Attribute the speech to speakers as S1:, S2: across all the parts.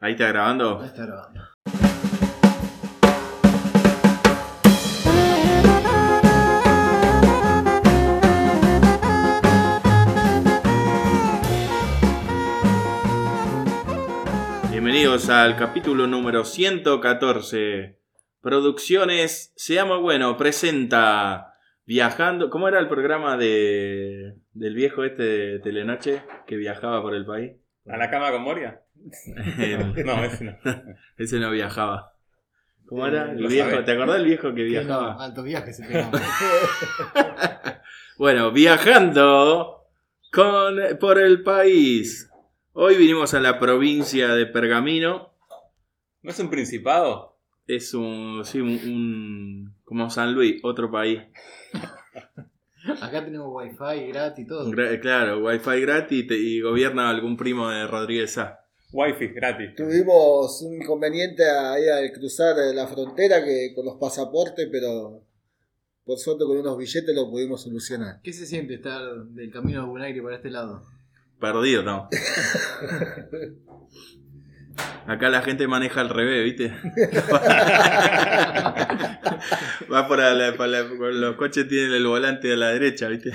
S1: Ahí está grabando.
S2: Ahí está grabando.
S1: Bienvenidos al capítulo número 114. Producciones Se llama Bueno presenta Viajando. ¿Cómo era el programa de del viejo este de Telenoche que viajaba por el país?
S3: ¿A la cama con Moria?
S1: El-
S3: No, ese no.
S1: ese no viajaba. ¿Cómo era? El
S3: Lo
S1: viejo,
S3: sabe.
S1: ¿Te acordás del viejo que
S2: No,
S1: viajaba?
S2: altos viajes se pegaba.
S1: Bueno, viajando con, por el país. Hoy vinimos a la provincia de Pergamino.
S3: ¿No es un principado?
S1: Es un, sí, un, un- como San Luis, otro país.
S2: Acá tenemos wifi gratis y todo.
S1: Gra- eh, claro, wifi gratis y te- y gobierna algún primo de Rodríguez Sá.
S3: Wi-Fi gratis.
S4: Tuvimos un inconveniente ahí al cruzar la frontera que con los pasaportes, pero por suerte con unos billetes lo pudimos solucionar.
S2: ¿Qué se siente estar del camino de Buenaire para este lado?
S1: Perdido, no. Acá la gente maneja al revés, ¿viste? Va por a la- por la- por los coches tienen el volante a la derecha, ¿viste?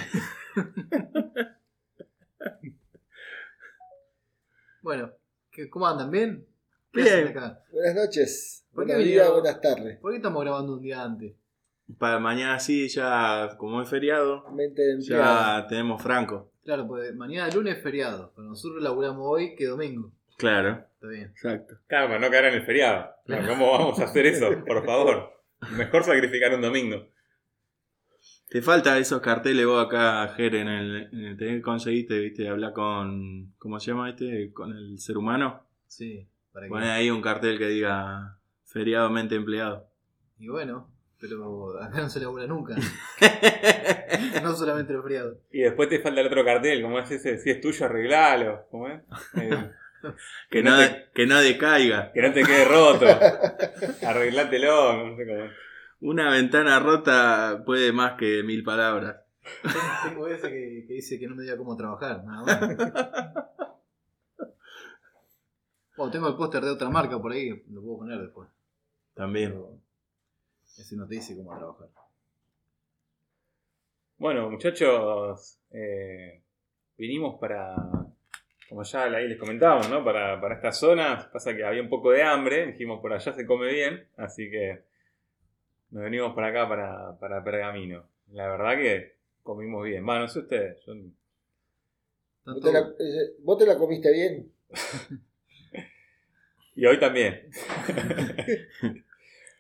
S2: Bueno, ¿qué- ¿cómo andan? ¿Bien? ¿Qué
S1: Bien.
S2: hacen acá?
S4: Buenas noches,
S2: ¿Por
S4: buenos
S2: qué
S4: días,
S2: video?
S4: buenas tardes.
S2: ¿Por qué estamos grabando un día antes?
S1: Para mañana sí, ya como es feriado,
S4: Mente de empleado.
S1: ya tenemos franco.
S2: Claro, porque mañana lunes es feriado. Pero nosotros laburamos hoy que domingo.
S1: Claro,
S2: Está bien.
S1: exacto.
S3: Claro, para no caer en el feriado. No, ¿Cómo vamos a hacer eso? Por favor. Mejor sacrificar un domingo.
S1: Te falta esos carteles vos acá, Ger, en el, en el- tenés que conseguirte, viste, hablar con, ¿cómo se llama este? Con el ser humano.
S2: Sí, para que.
S1: Poner ahí un cartel que diga feriadamente empleado.
S2: Y bueno, pero acá no se labura nunca. no solamente los feriados.
S3: Y después te falta el otro cartel. ¿Cómo es ese? Si es tuyo, arreglalo. ¿Cómo es? Eh,
S1: que, no
S3: No te-
S1: de- que no decaiga.
S3: que no te quede roto. Arreglátelo. No sé cómo es.
S1: Una ventana rota puede más que mil palabras.
S2: Tengo ese que, que dice que no me diga cómo trabajar, nada más. Bueno, tengo el póster de otra marca por ahí, que lo puedo poner después.
S1: También.
S2: Pero ese no te dice cómo trabajar.
S3: Bueno, muchachos, eh, vinimos para, como ya ahí les comentábamos, ¿no? Para, para estas zonas. Pasa que había un poco de hambre, dijimos por allá se come bien, así que nos venimos para acá, para, para Pergamino. La verdad que comimos bien. Bueno, no sé ustedes. yo-
S2: Están
S4: ¿Vos te, la,
S2: todos-
S4: eh, vos te la comiste bien?
S3: Y hoy también.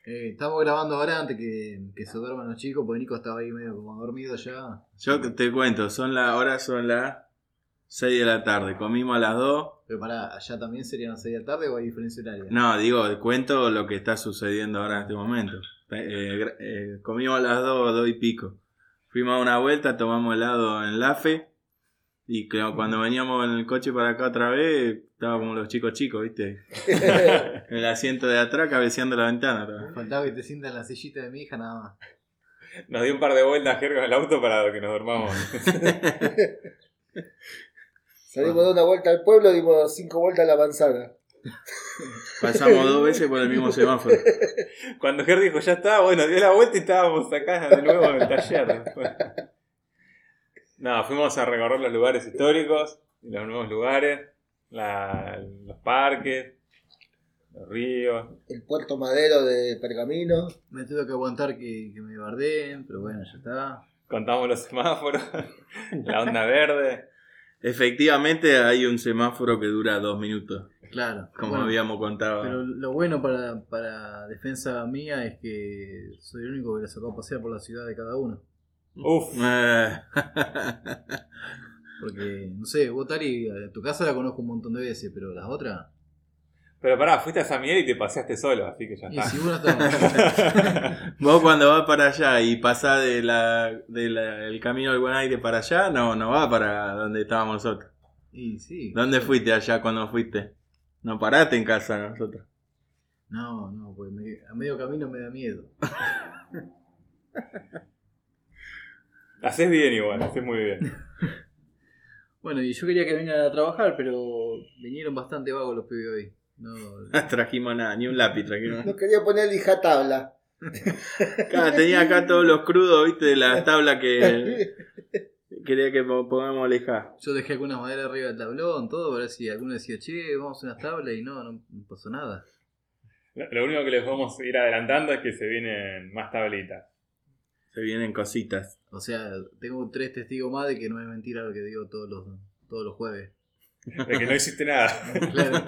S2: eh, estamos grabando ahora antes que, que se duerman los chicos, porque Nico estaba ahí medio como dormido ya.
S1: Yo te cuento, son la, ahora son las 6 de la tarde. Comimos a las 2.
S2: Pero pará, ¿allá también serían las 6 de la tarde o hay diferencia horaria?
S1: Este, No, digo, cuento lo que está sucediendo ahora en este momento. Eh, gra- eh, comimos a las 2, 2 y pico. Fuimos a una vuelta, tomamos helado en Lafe. Y creo- cuando veníamos en el coche para acá otra vez, estaba como los chicos chicos, ¿viste? En el asiento de atrás, cabeceando la ventana. estaba.
S2: Faltaba que te sientas en la sillita de mi hija nada más.
S3: Nos dio un par de vueltas Ger, con el auto para que nos dormamos.
S2: Ah.
S4: Salimos de una vuelta al pueblo, dimos cinco vueltas a la manzana.
S1: Pasamos dos veces por el mismo semáforo.
S3: Cuando Ger dijo ya está, bueno, dio la vuelta y estábamos acá de nuevo en el taller. No, fuimos a recorrer los lugares históricos, los nuevos lugares, la- los parques, los ríos.
S4: El puerto madero de Pergamino.
S2: Me tuve que aguantar que, que me bardeen, pero bueno, ya está.
S3: Contamos los semáforos, la onda verde.
S1: Efectivamente, hay un semáforo que dura dos minutos,
S2: Claro.
S1: como
S2: Bueno,
S1: habíamos contado.
S2: Pero lo bueno para, para defensa mía es que soy el único que la sacó a pasear por la ciudad de cada uno.
S3: Uf,
S1: Eh,
S2: Porque, no sé, vos Tari, a tu casa la conozco un montón de veces, pero las otras.
S3: pero pará, fuiste a San Miguel y te paseaste solo, así que ya
S2: Y
S3: está.
S2: si uno está.
S1: Vos cuando vas para allá y pasás de la, de la- el camino del buen aire para allá, no, no va para donde estábamos nosotros.
S2: Y sí.
S1: ¿Dónde fuiste allá cuando fuiste? No paraste en casa nosotros.
S2: No, no, porque me- a medio camino me da miedo.
S3: Haces bien igual, haces muy bien.
S2: Bueno, y yo quería que vengan a trabajar, pero vinieron bastante vagos los pibes hoy. No,
S1: No trajimos nada, ni un lápiz trajimos.
S4: No quería poner lija tabla.
S1: Acá, tenía acá todos los crudos, viste, de las tablas que quería que po- pongamos lija.
S2: yo dejé algunas maderas arriba del tablón, todo, para ver si alguno decía, che, vamos a unas tablas y no, no pasó nada.
S3: Lo lo único que les vamos a ir adelantando es que se vienen más tablitas.
S1: Se vienen cositas.
S2: O sea, tengo tres testigos más de que no es mentira lo que digo todos los, todos los jueves.
S3: De que no hiciste nada.
S2: Claro.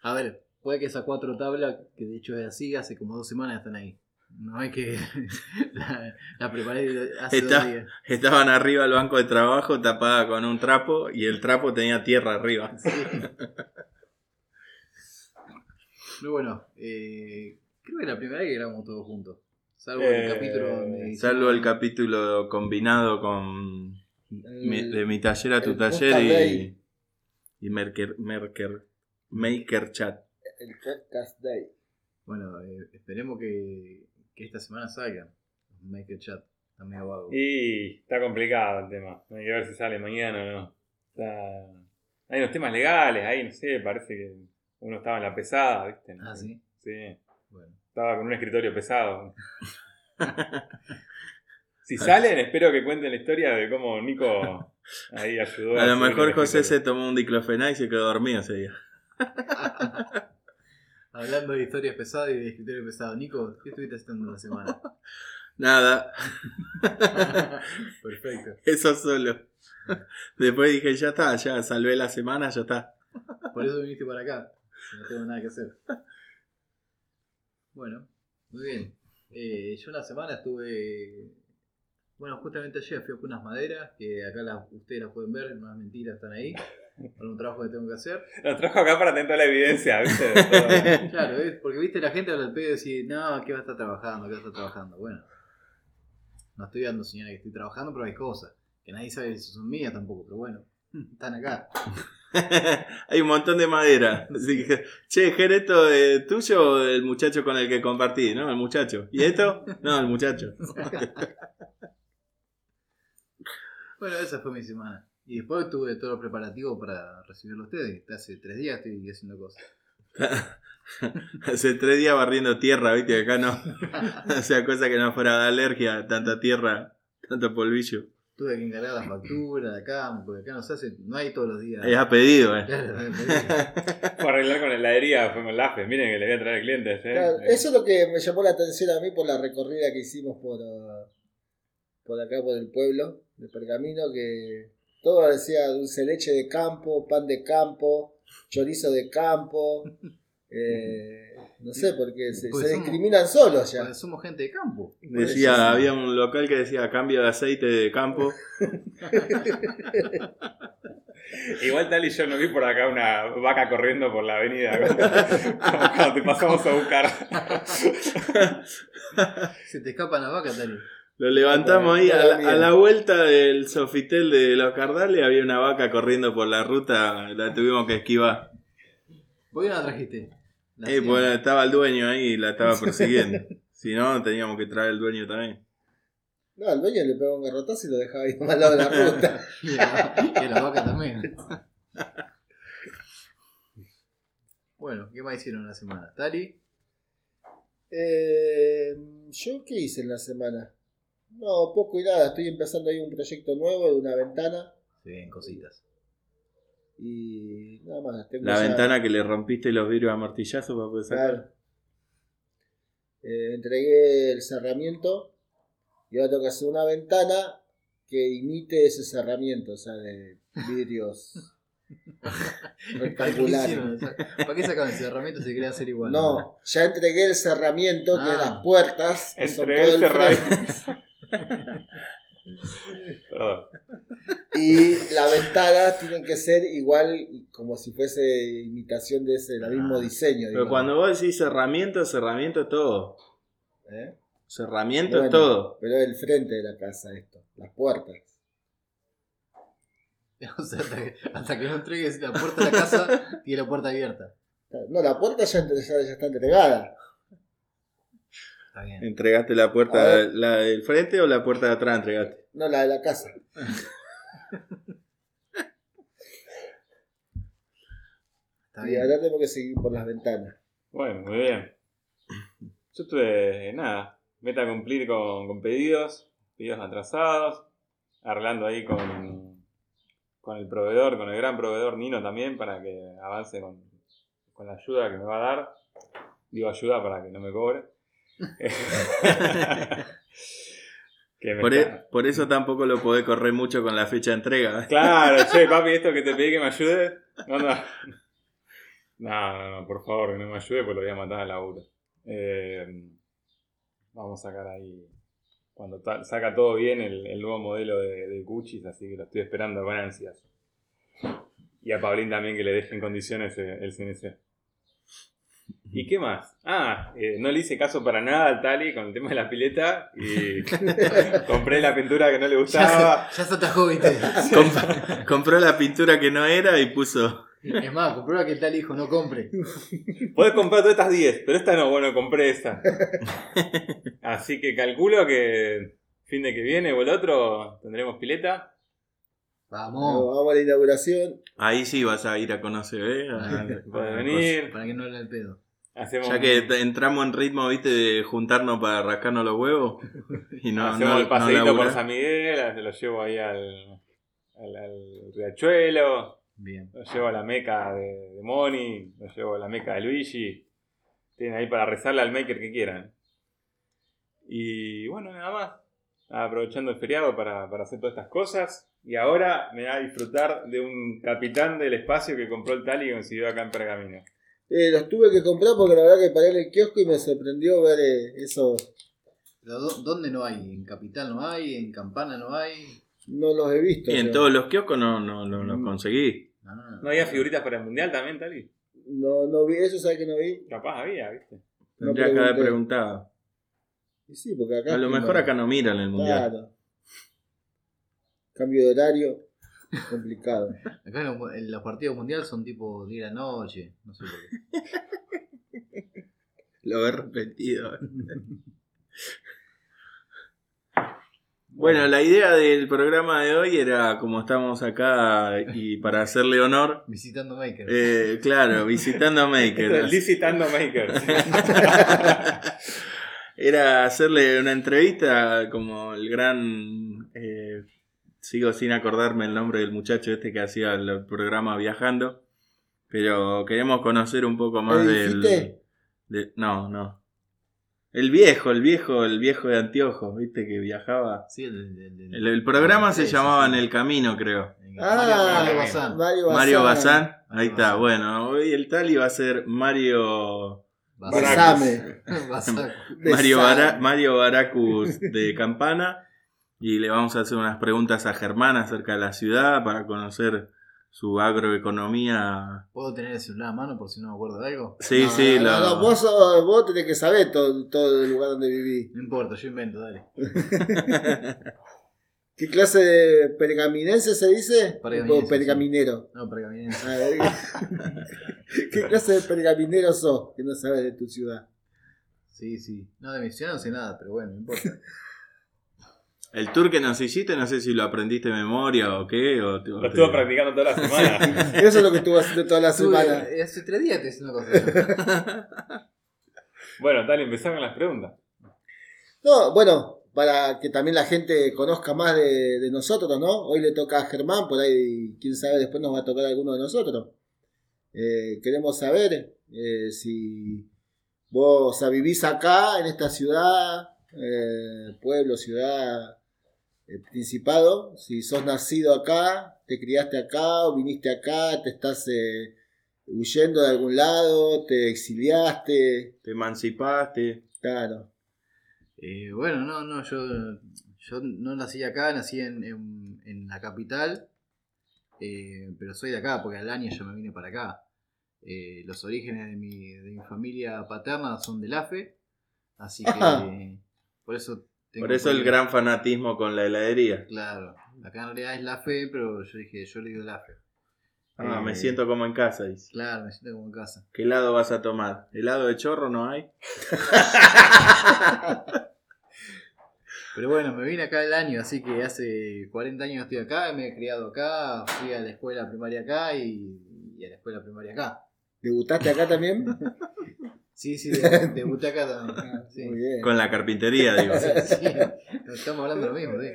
S2: A ver, puede que esas cuatro tablas, que de hecho es así, hace como dos semanas están ahí. No es que la, la preparé hace
S1: Está-
S2: dos días.
S1: Estaban arriba el banco de trabajo tapada con un trapo y el trapo tenía tierra arriba.
S2: Muy bueno, eh, creo que es la primera vez que grabamos todos juntos. Salvo el
S3: Eh,
S2: capítulo donde hicimos-
S1: Salvo el capítulo combinado con mi-
S4: El-
S1: de mi taller a tu
S4: el
S1: taller
S4: Postal
S1: y,
S4: Day.
S1: y Merker, Merker- Maker Chat.
S4: El podcast day.
S2: Bueno, eh, esperemos que, que esta semana salga. Make a chat, está medio vago.
S3: Y está complicado el tema. Hay que ver si sale mañana o no. Está- Hay unos temas legales ahí, no sé, parece que uno estaba en la pesada, ¿viste? No
S2: Ah,
S3: sé.
S2: sí.
S3: Sí,
S2: Bueno,
S3: estaba con un escritorio pesado. Si salen, espero que cuenten la historia de cómo Nico ahí ayudó.
S1: A lo
S3: subir
S1: mejor
S3: el
S1: José se
S3: escritorio.
S1: tomó un diclofenac y se quedó dormido ese día.
S2: hablando de historias pesadas y de escritorio pesado. Nico, ¿qué estuviste haciendo la semana?
S1: Nada,
S2: Perfecto.
S1: eso solo. Después dije, ya está, ya salvé la semana, ya está.
S2: Por eso viniste para acá. No tengo nada que hacer. Bueno, muy bien. Eh, yo la semana estuve. Bueno, justamente ayer fui a por unas maderas, que acá las, ustedes las pueden ver, no es mentira, están ahí. Con un trabajo que tengo que hacer.
S3: Nos trajo acá para tener toda la evidencia, ¿viste? De todo.
S2: Claro, ¿ves? porque viste la gente habla al pedo y dice, no, que va a estar trabajando, que va a estar trabajando. Bueno, no estoy dando señales que estoy trabajando, pero hay cosas que nadie sabe si son mías tampoco, pero bueno, están acá.
S1: Hay un montón de madera. Así que, che, Ger, ¿esto es tuyo o del muchacho con el que compartí? No, el muchacho. ¿Y esto? No, el muchacho.
S2: Bueno, esa fue mi semana. Y después tuve todo lo preparativo para recibirlo a ustedes. que Hace tres días estoy haciendo cosas.
S1: Hace tres días barriendo tierra, viste, acá no. O sea, cosa que no fuera de alergia, tanta tierra, tanto polvillo.
S2: Tuve que encargar la factura de acá, porque acá no se hace, no hay todos los días.
S1: Es a pedido, eh.
S2: Claro, me pedí.
S3: Fue a arreglar con la heladería, fue con Lafe. Miren que le voy a traer clientes. ¿eh?
S4: Claro,
S3: Eh,
S4: eso es lo que me llamó la atención a mí por la recorrida que hicimos por, ah, por acá, por el pueblo de Pergamino, que todo decía dulce de leche de campo, pan de campo, chorizo de campo. eh, no sé, porque
S2: Pues
S4: se, se
S2: somos- pues-
S4: discriminan solos ya.
S2: Porque somos gente de campo.
S1: Decía, había un local que decía cambio de aceite de campo.
S3: Igual tal y yo no vi por acá una vaca corriendo por la avenida cuando, cuando te pasamos a buscar.
S2: Se te escapan las vacas, Dani.
S1: Lo levantamos ahí a la, a la vuelta del sofitel de los cardales. Había una vaca corriendo por la ruta, la tuvimos que esquivar.
S2: ¿Por qué no la trajiste? La
S1: Eh,
S2: hacíamos.
S1: bueno, estaba el dueño ahí y la estaba persiguiendo. si no, teníamos que traer el dueño también.
S4: No, al dueño le pegaba un garrotazo y lo dejaba ahí al lado de la ruta.
S2: Y la, y la vaca también. Bueno, ¿qué más hicieron la semana? Tali,
S4: Eh, ¿Yo qué hice en la semana? No, poco y nada. Estoy empezando ahí un proyecto nuevo de una ventana
S2: se ven cositas.
S4: y nada más. Tengo
S1: La
S4: ya-
S1: ventana que le rompiste los vidrios a martillazos para poder sacar.
S4: Claro. Eh, entregué el cerramiento y ahora tengo que hacer una ventana que imite ese cerramiento, o sea, de vidrios
S2: ¿Para qué,
S4: rectangulares.
S2: hicieron? ¿Para qué sacaron el cerramiento si querían hacer igual?
S4: No, ya entregué el cerramiento, que
S2: Ah.
S4: de las puertas. que son
S3: Entregué el
S4: todo frame,
S3: Perdón.
S4: Y las ventanas tienen que ser igual, como si fuese imitación de ese, el mismo
S2: Ah.
S4: diseño.
S1: Pero
S4: digamos.
S1: cuando vos decís cerramiento, cerramiento es todo.
S4: ¿Eh?
S1: Cerramiento
S4: Bueno,
S1: es todo.
S4: Pero el frente de la casa, esto, las puertas.
S2: O sea, hasta que, hasta que no entregues la puerta de la casa, tiene la puerta abierta.
S4: No, la puerta ya, entre- ya- ya está entregada.
S2: Está bien.
S1: ¿Entregaste la
S4: A
S1: puerta
S4: ver.
S1: la del frente o la puerta de atrás entregaste?
S4: No, la de la casa.
S2: Está
S4: y
S2: bien.
S4: ahora tenemos que seguir por las ventanas.
S3: Bueno, muy bien. Yo estuve, nada, meta a cumplir con, con pedidos, pedidos atrasados, arreglando ahí con, con el proveedor, con el gran proveedor Nino también, para que avance con, con la ayuda que me va a dar. Digo ayuda para que no me cobre. Que me
S1: Por,
S3: está-
S1: e- por eso tampoco lo podés correr mucho con la fecha de entrega.
S3: Claro, che, papi, esto que te pedí que me ayude. No, no. No, no, no, por favor, que no me ayude porque lo voy a matar al laburo. Eh, vamos a sacar ahí. Cuando ta- saca todo bien el, el nuevo modelo de, de Gucci, así que lo estoy esperando con ansias. Y a Pablín también que le deje en condiciones eh, el CNC. ¿Y qué más? Ah, eh, no le hice caso para nada al Tali con el tema de la pileta y compré la pintura que no le gustaba.
S2: Ya se, ya se atajó, viste.
S1: Comp- compró la pintura que no era y puso.
S2: Es más, comprueba que el tal hijo no compre.
S3: Podés comprar todas estas 10, pero esta no, bueno, compré esta. Así que calculo que fin de que viene o el otro tendremos
S1: Ah.
S3: pileta.
S2: Vamos.
S4: Vamos a la inauguración.
S1: Ahí sí vas a ir a conocer, ¿eh? A-
S3: Podés venir,
S2: Para que no le el pedo.
S3: hacemos,
S1: Ya que te- entramos en ritmo, viste, de juntarnos para rascarnos los huevos. Y no,
S3: hacemos
S1: no-
S3: el
S1: no
S3: paseíto por
S1: laburar.
S3: San Miguel, se lo llevo ahí al, al, al riachuelo,
S2: Bien.
S3: lo llevo a la meca de, de Moni, lo llevo a la meca de Luigi. Tienen ahí para rezarle al maker que quieran. Y bueno, nada más. Aprovechando el feriado para, para hacer todas estas cosas. Y ahora me va a disfrutar de un capitán del espacio que compró el tal y consiguió acá en Pergamino.
S4: Eh, los tuve que comprar porque la verdad que paré en el kiosco y me sorprendió ver eh, esos.
S2: Pero ¿dó- ¿dónde no hay? ¿En Capital no hay? ¿En Campana no hay?
S4: No los he visto.
S1: Y en
S4: yo.
S1: todos los kioscos no, no, no los
S4: Mm.
S1: conseguí.
S2: No, no, no.
S3: ¿No había figuritas para el mundial también, Tali?
S4: No, no vi, eso sabes que no vi.
S3: Capaz había, ¿viste?
S4: No
S1: Tendrías que haber
S4: pregunté.
S1: preguntado.
S4: Y sí, porque acá.
S1: A lo
S4: como-
S1: mejor acá no miran el mundial.
S4: Claro. Cambio de horario. Complicado.
S2: Acá en los, en los partidos mundiales son tipo 10 de la noche. No sé por qué.
S1: Lo he repetido. Bueno, la idea del programa de hoy era, como estamos acá y para hacerle honor,
S2: Visitando Maker.
S1: eh, claro, visitando a Maker.
S3: Licitando makers.
S1: Era hacerle una entrevista como el gran... eh, sigo sin acordarme el nombre del muchacho este que hacía el programa Viajando, pero queremos conocer un poco más
S4: ¿El
S1: del...
S4: Fite?
S1: de- no, no. El viejo, el viejo, el viejo de anteojos, viste que viajaba.
S2: Sí, el, el- el-
S1: El, el programa se
S2: Sí, Ah, sí,
S1: llamaba
S2: sí.
S1: En el Camino, creo.
S2: el-
S4: Ah,
S2: Mario Bazán.
S4: Mario Bazán.
S1: Mario Bazán, ahí
S2: Mario
S1: está.
S2: Bazán.
S1: Bueno, hoy el tali va a ser Mario...
S2: Bazán.
S4: Besame.
S2: Bazán.
S1: Mario,
S4: Besame.
S1: Bara- Mario Baracus de Campana y le vamos a hacer unas preguntas a Germán acerca de la ciudad para conocer su agroeconomía.
S2: ¿Puedo tener el celular a mano por si no me acuerdo de algo?
S1: Sí,
S4: No,
S1: sí,
S4: no,
S1: lo-
S4: no, vos, sos- vos tenés que saber todo, todo el lugar donde viví.
S2: No importa, yo invento, dale.
S4: ¿Qué clase de pergaminense se dice?
S2: Pergaminense,
S4: O pergaminero.
S2: No, para que
S4: A ver, ¿Qué clase de pergaminero sos que no sabes de tu ciudad?
S2: Sí, sí. No, de mi ciudad no sé nada, pero bueno, no importa.
S1: el tour que nos hiciste, no sé si lo aprendiste de memoria o qué. O, o
S3: Lo
S1: te-
S3: estuve practicando toda la semana.
S4: Eso es lo que estuvo haciendo toda la semana.
S2: Estuve- hace tres días te hice una cosa.
S3: Bueno, Tali, empezamos con las preguntas.
S4: No, bueno, para que también la gente conozca más de, de nosotros, ¿no? Hoy le toca a Germán, por ahí, quién sabe, después nos va a tocar alguno de nosotros. Eh, queremos saber eh, si vos o sea, vivís acá, en esta ciudad, eh, pueblo, ciudad, eh, principado, si sos nacido acá, te criaste acá o viniste acá, te estás eh, huyendo de algún lado, te exiliaste,
S1: te emancipaste.
S4: claro.
S2: Eh, bueno, no, no, yo, yo no nací acá, nací en, en- en la capital, eh, pero soy de acá, porque al año yo me vine para acá. Eh, los orígenes de mi, de mi familia paterna son del AFE, así que
S4: Ajá.
S2: eh, por eso tengo
S1: Por eso el gran fanatismo con la heladería.
S2: Claro, acá en realidad es la fe, pero yo dije, yo le digo la fe.
S1: Ah,
S2: Eh,
S1: me siento como en casa, dice.
S2: Claro, me siento como en casa.
S1: ¿Qué helado vas a tomar? ¿Helado de chorro no hay?
S2: Pero bueno, me vine acá el año, así que hace 40 años estoy acá, me he criado acá, fui a la escuela primaria acá y, y a la escuela primaria acá.
S4: ¿Debutaste acá también?
S2: Sí, sí, de- debuté acá también. Sí.
S4: Muy bien.
S1: Con la carpintería, digo.
S2: Sí, estamos hablando de lo mismo, sí.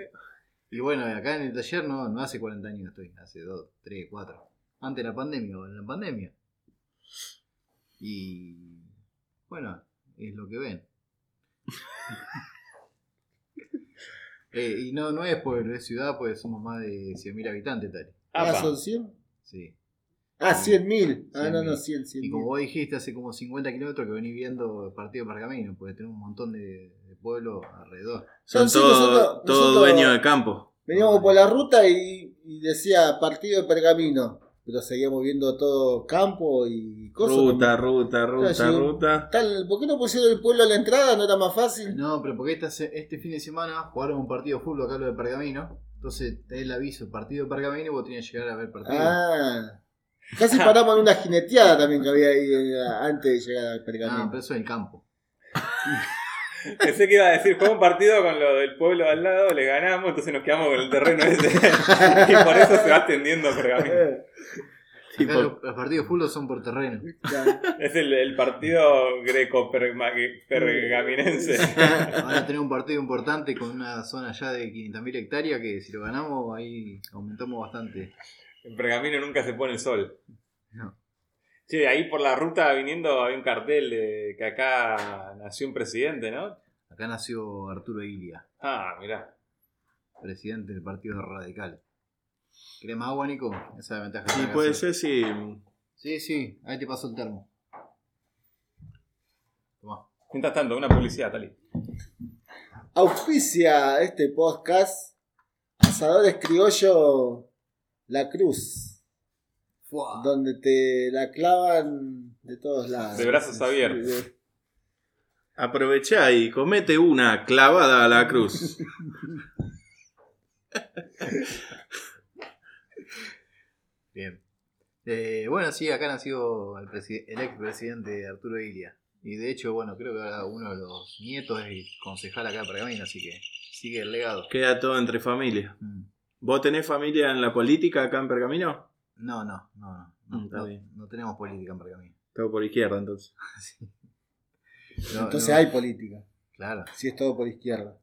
S2: Y bueno, acá en el taller no, no hace 40 años que estoy, hace 2, 3, 4. Antes de la pandemia, o en la pandemia. Y bueno, es lo que ven. Eh, y no, no es pueblo, es ciudad, pues somos más de 100.000 habitantes, tal.
S4: Ah,
S3: Apa.
S4: ¿son 100?
S2: Sí.
S4: Ah, 100.000. Ah,
S2: 100.000.
S4: no, no, 100, 100.000.
S2: Y como vos dijiste, hace como 50 kilómetros que vení viendo el partido de Pergamino, porque tenemos un montón de, de pueblos alrededor.
S1: Son
S4: sí,
S1: todos
S4: nosotros-
S1: todo
S4: nosotros
S1: dueños de campo.
S4: Veníamos por la ruta y, y decía partido de pergamino. Pero seguíamos viendo todo campo y cosas.
S1: Ruta,
S4: también.
S1: ruta, ruta,
S4: Claro, sí.
S1: ruta.
S4: Tal, ¿Por qué no pusieron el pueblo a la entrada? ¿No era más fácil?
S2: No, pero porque esta se- este fin de semana jugaron un partido de fútbol acá lo de Pergamino. Entonces te da el aviso, partido de Pergamino y vos tenías que llegar a ver el partido.
S4: Ah. Casi paramos en una jineteada también que había ahí eh, antes de llegar al
S2: Ah,
S4: pergamino.
S2: pero eso es el campo.
S3: Pensé que iba a decir, fue un partido con lo del pueblo al lado, le ganamos, entonces nos quedamos con el terreno ese. y por eso se va extendiendo Pergamino.
S4: Eh,
S2: Acá
S1: Tipo-
S2: los, los partidos de fútbol son por terreno.
S4: claro.
S3: Es el, el partido greco-pergaminense.
S2: Van a tener un partido importante con una zona ya de 500.000 hectáreas que si lo ganamos ahí aumentamos bastante.
S3: En Pergamino nunca se pone el sol.
S2: No.
S3: Che, ahí por la ruta viniendo había un cartel de que acá nació un presidente, ¿no?
S2: Acá nació Arturo Ilia,
S3: Ah, mirá.
S2: presidente del Partido Radical. ¿Querés más agua, Nico? Esa es la ventaja. que
S1: Y pues,
S2: acá
S1: puede
S2: hace.
S1: ser si.
S2: Sí, sí, ahí te paso el termo. Tomá.
S3: Mientras tanto, una publicidad, Tali.
S4: Auspicia este podcast Asadores Criollo La Cruz,
S2: Fuá.
S4: donde te la clavan de todos lados.
S3: De brazos abiertos.
S4: De-
S1: Aprovechá y comete una clavada a la cruz.
S2: Bien. Eh, bueno, sí, acá nació el, presi- el expresidente Arturo Ilia. Y de hecho, bueno, creo que ahora uno de los nietos es concejal acá de Pergamino, así que sigue el legado.
S1: Queda todo entre familia.
S2: Mm.
S1: ¿Vos tenés familia en la política acá en Pergamino?
S2: No, no, no, no. No,
S1: Mm, está
S2: no-
S1: bien.
S2: no tenemos política en Pergamino.
S1: Todo por izquierda entonces.
S2: Sí. No,
S4: Entonces
S2: no,
S4: hay política,
S2: Claro,
S4: si es todo por izquierda.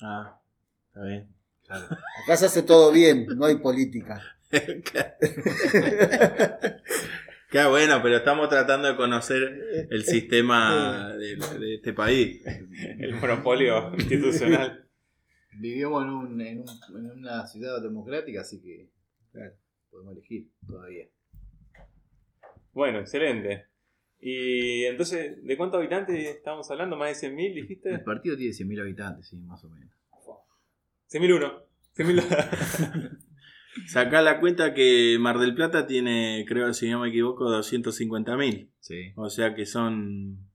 S1: Ah, está bien.
S2: claro.
S4: Acá se hace todo bien, no hay política.
S1: Qué bueno, pero estamos tratando de conocer el sistema de, de este país.
S3: El monopolio institucional.
S2: Vivimos en, un- en un- en una ciudad democrática, así que claro, podemos elegir todavía.
S3: Bueno, excelente. Y entonces, ¿de cuántos habitantes estamos hablando? ¿Más de 100.000,
S2: El
S3: dijiste?
S2: partido tiene 100.000 habitantes, sí, más o menos.
S3: 100.001. 100.000.
S1: Sacá la cuenta que Mar del Plata tiene, creo, si no me equivoco, 250 mil.
S2: Sí.
S1: O sea que son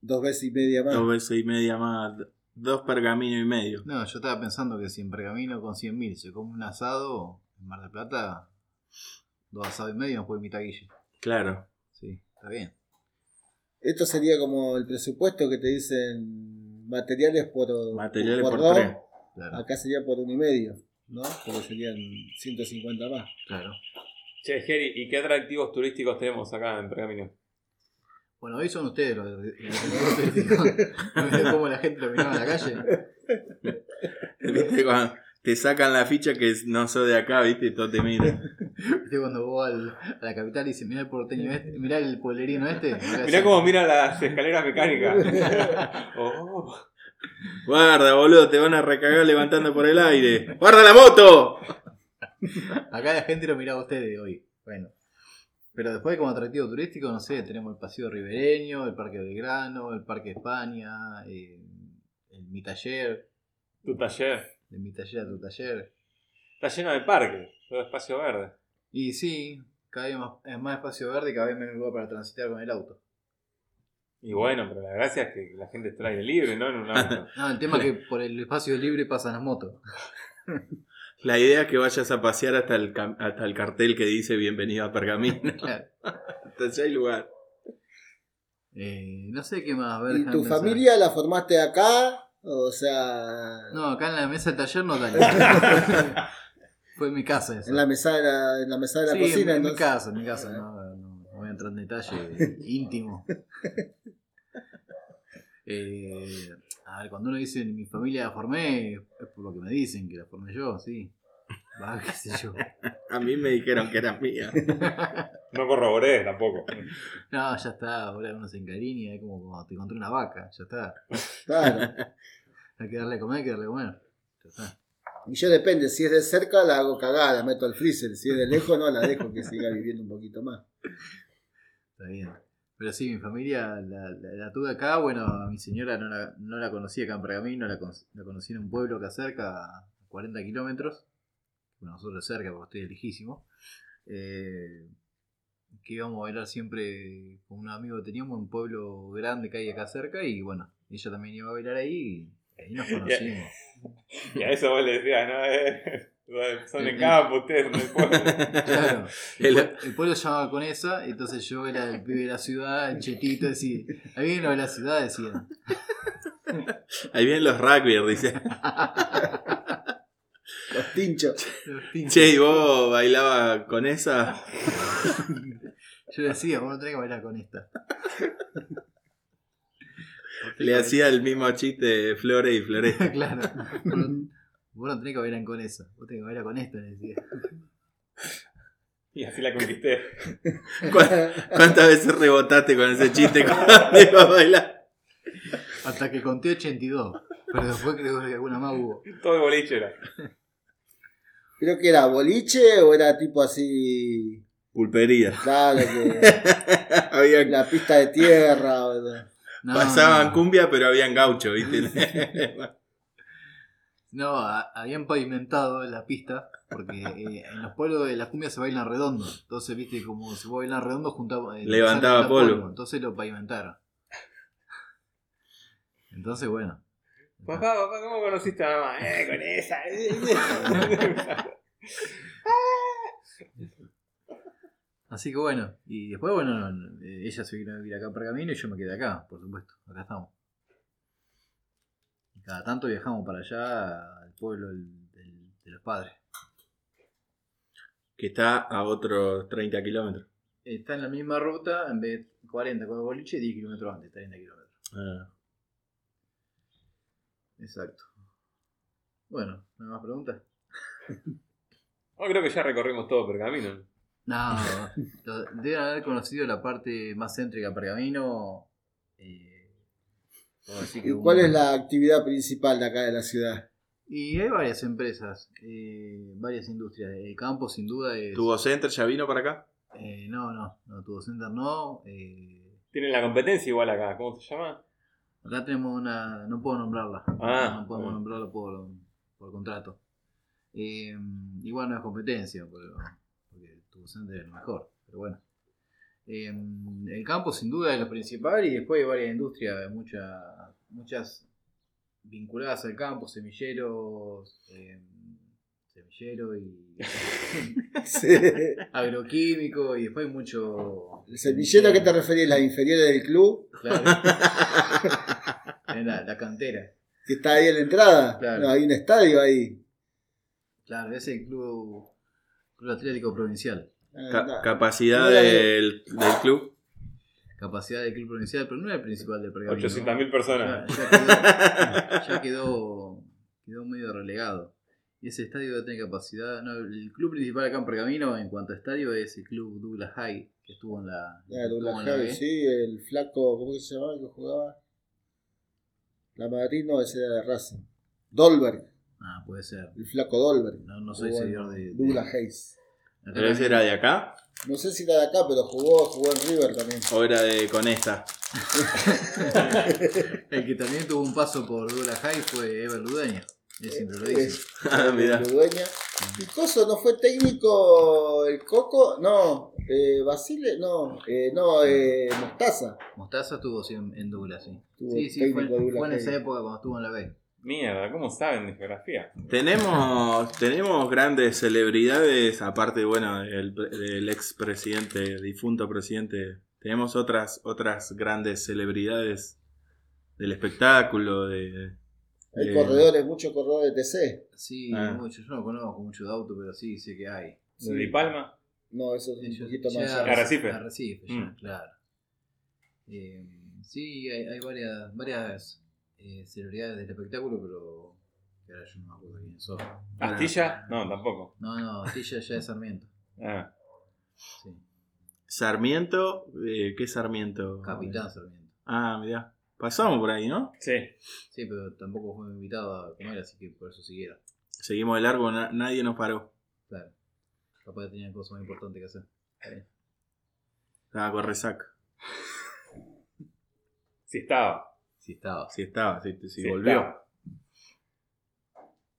S4: Dos veces y media más.
S1: dos veces y media más, dos pergaminos y medio.
S2: No, yo estaba pensando que si en Pergamino con 100.000 se come un asado, en Mar del Plata, dos asados y medio nos puede invitar Guille.
S1: Claro.
S2: Sí, está bien.
S4: Esto sería como el presupuesto que te dicen materiales por,
S1: Materiales por
S4: dos.
S1: tres.
S2: Claro,
S4: Acá sería por uno y medio, ¿no? Porque serían 150 más.
S2: claro.
S3: Che, Jerry, ¿y qué atractivos turísticos tenemos acá en Pergamino?
S2: Bueno, hoy son ustedes los ¿Cómo la gente lo miraba en la calle?
S1: ¿Viste? Cuando te sacan la ficha que no sos de acá, ¿viste? Y todo te mira.
S2: ¿Viste cuando vos al, a la capital y dices, mirá el porteño este, mirá el pueblerino este?
S3: Mirá cómo mira las escaleras mecánicas. Oh.
S1: Guarda, boludo, te van a recagar levantando por el aire. ¡Guarda la moto!
S2: Acá la gente lo miraba a ustedes hoy. Bueno. Pero después como atractivo turístico, no sé, tenemos el Paseo Ribereño, el Parque Belgrano, el Parque España, eh, el Mi Taller,
S3: Tu taller.
S2: de Mi Taller a Tu Taller.
S3: Está lleno de parques, todo espacio verde.
S2: Y sí, cada vez más, es más espacio verde y cada vez menos lugar para transitar con el auto.
S3: Y bueno, pero la gracia es que la gente está al aire libre, ¿no? En un auto.
S2: No, Ah, el tema es que por el espacio libre pasan las motos.
S1: La idea es que vayas a pasear hasta el, cam- hasta el cartel que dice bienvenido a Pergamino.
S2: Claro.
S1: Entonces hay lugar.
S2: Eh, no sé qué más. a ver,
S4: ¿Y
S2: déjame
S4: tu
S2: pensar.
S4: familia la formaste acá? O sea...
S2: No, acá en la mesa del taller no tal. Fue en mi casa eso.
S4: En la mesa de la, en la mesa de la
S2: sí,
S4: cocina.
S2: en, en mi
S4: entonces.
S2: casa, en mi casa. No, no, no voy a entrar en detalle íntimo. Eh, a ver, cuando uno dice mi familia la formé, es por lo que me dicen que la formé yo, sí. Va, qué sé yo.
S1: A mí me dijeron que era mía.
S3: No corroboré tampoco.
S2: No, ya está, ahora uno se encariña, es como cuando te encontré una vaca, ya está.
S4: Claro.
S2: Hay que darle a comer, hay que darle a comer. Ya está.
S4: Y yo depende, si es de cerca la hago cagada, la meto al freezer. Si es de lejos, no la dejo que siga viviendo un poquito más.
S2: Está bien. Pero sí, mi familia la, la- la tuve acá. Bueno, a mi señora no la, no la conocí acá en Pergamino, la, con- la conocí en un pueblo acá cerca, a 40 kilómetros. Bueno, nosotros cerca, porque estoy lejísimo. Eh, que íbamos a bailar siempre con un amigo que teníamos, un pueblo grande que hay acá cerca. Y bueno, ella también iba a bailar ahí y ahí nos conocimos.
S3: Y a eso vos le decías, no, eh, son en campo ustedes, no en el pueblo.
S2: Claro. El,
S1: El-
S2: pue- el pueblo se llamaba con esa, entonces yo era el pibe de la ciudad, el chetito, decía, ahí viene lo de la ciudad, decían.
S1: Ahí vienen los rugbyers, dice.
S4: Los tinchos.
S2: Los pinches.
S1: Che, ¿y vos bailabas con esa?
S2: Yo le decía, vos no tenés que bailar con esta.
S1: Le hacía el mismo chiste Flore y Floresta.
S2: claro. Vos no, vos no tenés que bailar con esa, vos tenés que bailar con esta, le decía.
S3: Y así la conquisté.
S1: ¿Cuá- ¿Cuántas veces rebotaste con ese chiste cuando iba a bailar?
S2: Hasta que conté 82. Pero después creo que alguna más hubo.
S3: Todo el boliche era.
S4: Creo que era boliche o era tipo así.
S1: Pulpería.
S4: Claro, que
S1: Había-
S4: la Ah. pista de tierra. o-
S2: No,
S1: pasaban
S2: no.
S1: cumbia, pero habían gaucho, ¿viste?
S2: No, a- habían pavimentado la pista, porque eh, en los pueblos de la cumbia se bailan redondo. Entonces, viste, como si vos bailan redondo, juntaba. eh,
S1: Levantaba
S2: sacaban
S1: polvo.
S2: Entonces lo pavimentaron. Entonces, bueno.
S3: Papá, papá, Oh, ¿cómo conociste a mamá? Eh, con esa. eh, eh.
S2: Así que bueno, y después, bueno, eh, ella se vino a vivir acá a Pergamino y yo me quedé acá, por supuesto. Acá estamos. Y cada tanto viajamos para allá, al pueblo del- del- de los padres.
S1: que está a otros 30 kilómetros.
S2: Está en la misma ruta, en vez de 40 con el boliche, 10 kilómetros antes, 30 kilómetros.
S1: Ah.
S2: Exacto. Bueno, ¿no hay más preguntas?
S3: No, Oh, creo que ya recorrimos todo Pergamino.
S2: No, lo- deben haber conocido la parte más céntrica de Pergamino. eh, puedo decir que
S4: ¿Y
S2: un-
S4: cuál es la actividad principal de acá de la ciudad?
S2: Y hay varias empresas, eh, varias industrias. El campo, sin duda, es.
S1: ¿Tuvo Center ya vino para acá?
S2: eh, no, no, no, Tubo Center no. eh,
S3: Tienen la competencia igual acá, ¿cómo se llama?
S2: acá tenemos una. No puedo nombrarla.
S3: Ah,
S2: no podemos
S3: bueno.
S2: nombrarla por, por contrato. Eh, igual no es competencia, pero- porque Tubo Center es lo mejor. Pero bueno. Eh, el campo, sin duda, es lo principal y después hay varias industrias, mucha- muchas vinculadas al campo, semilleros. eh, semilleros y
S4: Sí.
S2: agroquímico y después hay mucho.
S4: ¿El semillero a qué te referís? ¿Las inferiores del club?
S2: Claro. En la, la cantera.
S4: ¿Que está ahí en la entrada?
S2: Claro.
S4: No, hay un estadio ahí.
S2: Claro, es el club, club Atlético Provincial.
S4: Ah,
S1: Ca-
S4: no.
S1: capacidad
S4: Mira,
S1: del, del club.
S2: Capacidad del club provincial, pero no era el principal de Pergamino.
S3: 800.000
S2: Ya,
S3: personas.
S2: ya quedó, ya quedó, quedó medio relegado. Y ese estadio tiene capacidad. No, el club principal acá en Pergamino, en cuanto a estadio, es el club Douglas High, que estuvo en la.
S4: Claro,
S2: estuvo
S4: la
S2: en la
S4: Javi,
S2: B.
S4: Ah, sí, el flaco, ¿cómo que se llamaba el que jugaba? La Madrid, no, ese era de Racing. Dolberg,
S2: Ah, puede ser.
S4: el flaco Dolberg.
S2: No, no soy
S4: Jugó en
S2: seguidor de. de-
S4: Douglas Hayes.
S2: Acá
S1: ¿Pero ese
S2: también-
S1: era de acá?
S4: No sé si era de acá, pero jugó, jugó en River también.
S1: ¿O era de con esta?
S2: El que también tuvo un paso por Dula High fue Ever Ludeña. Él siempre lo dice.
S4: Es-
S1: Ah, mirá.
S4: de Ludueña. ¿Y Coso no fue técnico el Coco? No, eh, Basile, no, eh, no, eh, Mostaza.
S2: Mostaza estuvo sí, en, en Douglas, sí.
S4: Tuvo
S2: sí, sí,
S4: técnico
S2: fue,
S4: de Douglas
S2: fue en esa
S4: High.
S2: época cuando estuvo en la B.
S3: Mierda, ¿cómo saben de geografía?
S1: Tenemos, tenemos grandes celebridades, aparte, bueno, del, del ex presidente, difunto presidente. Tenemos otras, otras grandes celebridades del espectáculo, de,
S4: Hay
S1: Eh.
S4: corredores, muchos corredores de TC.
S2: Sí,
S1: Ah.
S2: mucho. Yo no conozco mucho de auto, pero sí sé que hay.
S4: Sí.
S3: ¿De Palma?
S4: No, eso es un
S2: Ellos-
S4: poquito
S2: ya
S4: más.
S2: Arrecife-
S4: allá.
S3: Arrecife.
S2: Arrecife, ya,
S3: Mm.
S2: claro. Eh, sí, hay, hay varias, varias eh, celebridades del espectáculo, pero que ahora yo no me acuerdo quiénes son.
S3: ¿Astilla? No, tampoco.
S2: No, no, Tilla ya es Sarmiento.
S3: Ah,
S2: Sí,
S1: Sarmiento, eh, ¿qué Sarmiento?
S2: Capitán Sarmiento.
S1: Ah, mirá. Pasamos por ahí, ¿no?
S3: sí.
S2: Sí, pero tampoco fue invitado a comer, así que por eso siguiera.
S1: Seguimos de largo, na- nadie nos paró.
S2: Claro. Capaz tenían cosas más importantes que hacer. Está bien.
S1: Estaba con resaca.
S3: Sí estaba.
S2: Sí, estaba.
S1: Si estaba, si, si
S3: sí
S1: volvió.
S3: estaba.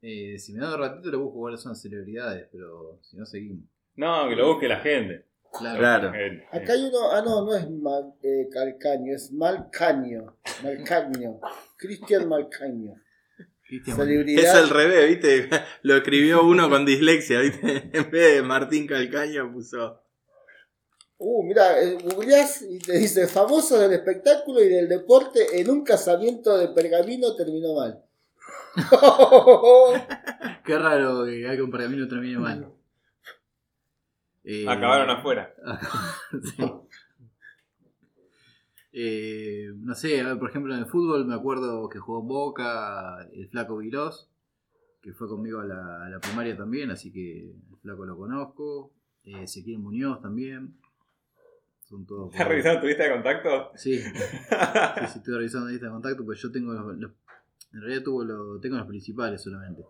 S2: Eh, si me da un ratito, le busco cuáles son las celebridades, pero si no, seguimos.
S3: No, que lo busque la gente. Eh,
S2: Claro.
S1: Claro.
S3: El-
S4: Acá hay uno, ah no, no es Mal- eh, Calcaño, es Malcaño. Malcaño. Cristian Malcaño.
S2: Cristian,
S4: Celebridad.
S1: Es al revés, ¿viste? Lo escribió uno con dislexia, ¿viste? En vez de Martín Calcaño puso.
S4: Uh, mira, googleás y te dice famoso del espectáculo y del deporte en un casamiento de pergamino terminó mal.
S2: Qué raro que algo para mí no termine mal. Eh,
S3: Acabaron afuera.
S2: sí. Eh, no sé, a ver, por ejemplo en el fútbol me acuerdo que jugó en Boca el flaco Vilós, que fue conmigo a la, a la primaria también, así que el flaco lo conozco. Eh, Ezequiel Muñoz también. Son todos...
S3: ¿Estás revisando tu lista de contactos?
S2: Sí, Sí, sí, estoy revisando la lista de contacto, pues yo tengo los, los- en realidad tuvo lo- tengo los principales solamente.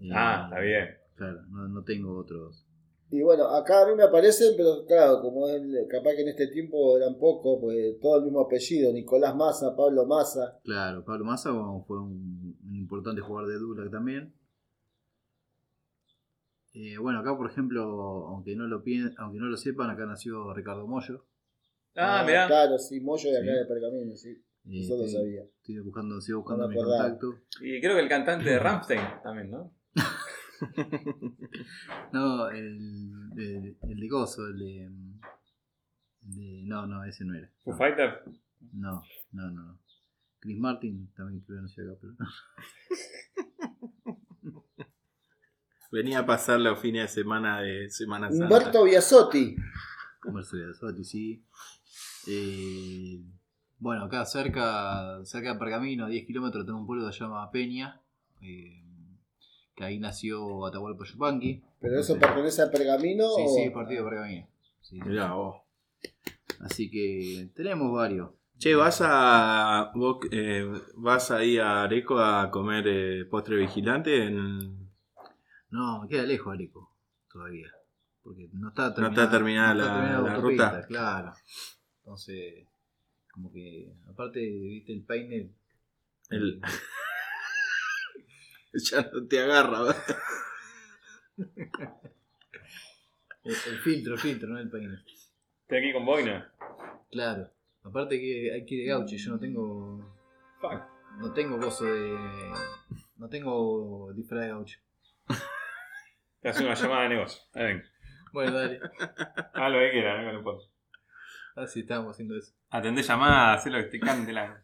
S2: Eh,
S3: Ah, está bien.
S2: Claro, no, no tengo otros.
S4: Y bueno, acá a mí me aparecen, pero claro, como es el- capaz que en este tiempo eran pocos, pues todo el mismo apellido, Nicolás Massa, Pablo Massa.
S2: Claro, Pablo Massa bueno, fue un, un importante jugador de Dulac también. Eh, bueno, acá por ejemplo, aunque no lo pien- aunque no lo sepan, acá nació Ricardo Mollo.
S3: Ah, mirá.
S4: Claro, sí, Moyo de acá
S2: Sí.
S4: de pergamino, sí.
S2: Eh,
S4: Eso lo
S2: estoy,
S4: sabía.
S2: estoy buscando, sigo buscando
S4: me
S2: mi
S4: acordaba.
S2: contacto.
S3: Y creo que el cantante de Rammstein también, ¿no?
S2: No, el, el, el de Coso, el de, el de- No, no, ese no era.
S3: Foo Fighter.
S2: No, no, no. no. Chris Martin también creo que no sé acá, pero.
S1: Venía a pasar los fines de semana de Semana Santa.
S4: Humberto Biasotti.
S2: Marcelo Biasotti, sí. Eh, bueno, acá cerca, cerca de Pergamino, a 10 kilómetros, tengo un pueblo que se llama Peña. eh, que ahí nació Atahualpa Yupanqui.
S4: ¿Pero eso
S2: Sí.
S4: pertenece a pergamino?
S2: Sí,
S4: o-
S2: sí, partido de Pergamino. Sí.
S1: Mirá vos.
S2: Así que tenemos varios.
S1: Che, vas a. Vos, eh, vas ahí a Areco a comer eh, postre vigilante. En...
S2: No, me queda lejos Areco todavía. Porque no está
S1: No está terminada la- la
S2: autopista,
S1: ruta.
S2: Claro. Entonces, como que, aparte, viste el peine.
S1: El... ya no te agarra, ¿verdad?
S2: El, el filtro, el filtro, no el peine.
S3: Estoy aquí con Boina.
S2: Claro. Aparte que hay que ir de gaucho, yo no tengo.
S3: Fuck.
S2: No tengo gozo de. No tengo disfraz de gaucho.
S3: Te hace una llamada de negocio. Ahí ven.
S2: Bueno, dale.
S3: Haz lo que quieras, no me lo puedo.
S2: Así estábamos haciendo eso.
S3: Atendé llamadas, haz lo que te cante la.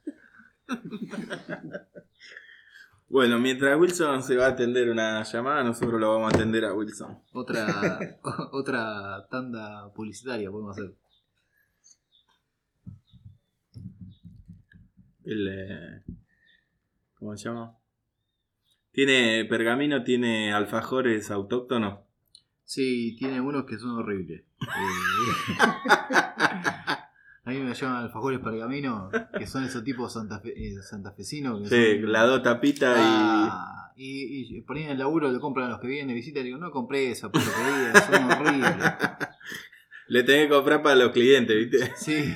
S1: Bueno, mientras Wilson se va a atender una llamada, nosotros lo vamos a atender a Wilson.
S2: Otra, otra tanda publicitaria podemos hacer.
S1: El, eh, ¿Cómo se llama? Tiene pergamino, tiene alfajores autóctonos.
S2: Sí, tiene unos que son horribles. Eh, a mí me llaman alfajores pergamino, que son esos tipos santafe, eh, santafesinos. que
S1: Sí,
S2: son-
S1: la dos tapitas
S2: Ah, y, y por ahí en el laburo le compran a los que vienen de visita y le digo, no compré esa porquería, son horribles.
S1: y le tenés que comprar para los clientes, ¿viste?
S2: Sí,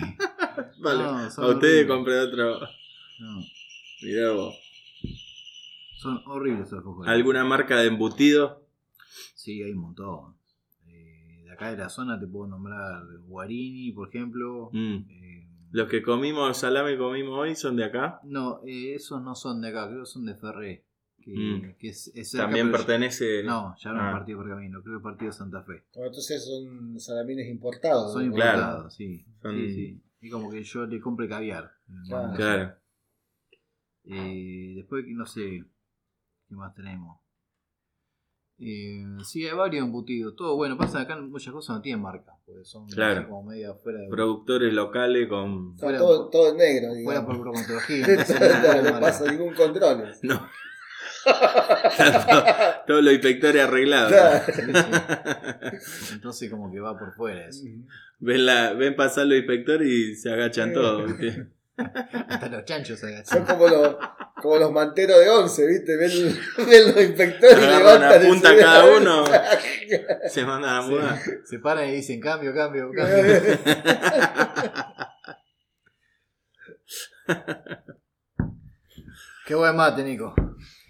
S1: Vale.
S2: no, son
S1: a ustedes
S2: horribles.
S1: compré otro.
S2: No,
S1: Mirá vos.
S2: son horribles los alfajores.
S1: ¿Alguna marca de embutido?
S2: Sí, hay un montón. Eh, de acá de la zona te puedo nombrar Guarini, por ejemplo.
S1: Mm.
S2: Eh,
S1: Los que comimos salame comimos hoy son de acá.
S2: No, eh, esos no son de acá, creo que son de Ferré. Que,
S1: Mm.
S2: que es, es cerca,
S1: También
S2: pero yo-
S1: pertenece.
S2: No, ya no es
S1: Ah.
S2: partido Pergamino, creo que es partido Santa Fe.
S4: Bueno, entonces son salamines importados.
S2: Son
S4: ¿no?
S1: Claro.
S2: importados, sí.
S1: Son-
S2: sí, sí. Y como que yo le compre caviar.
S4: Claro.
S1: Claro.
S2: Eh, después, no sé, ¿qué más tenemos? Eh, sí, hay varios embutidos. Todo bueno, pasa que acá muchas cosas no tienen marca, porque son
S1: Claro.
S2: así como media fuera de.
S1: Productores locales con.
S4: Está
S2: Fuera-
S4: todo, todo en negro,
S2: fuera por
S4: digamos.
S2: bromatología. entonces,
S4: No le
S2: no,
S4: pasa ningún control.
S1: No. Todo- Todos los inspectores arreglados.
S4: Claro.
S2: no. Entonces, como que va por fuera eso.
S1: Ven, la, ven pasar los inspectores y se agachan
S4: Sí.
S1: todos. ¿viste?
S2: Hasta los chanchos se agachan.
S4: Son como los, como los manteros de once, ¿viste? Ven, ven los inspectores y
S1: Agarran
S4: levantan
S1: una
S4: el
S1: punta
S4: celular.
S1: cada uno. Se mandan a mudar.
S2: Se paran y dicen cambio, cambio, cambio. Qué buen mate, Nico.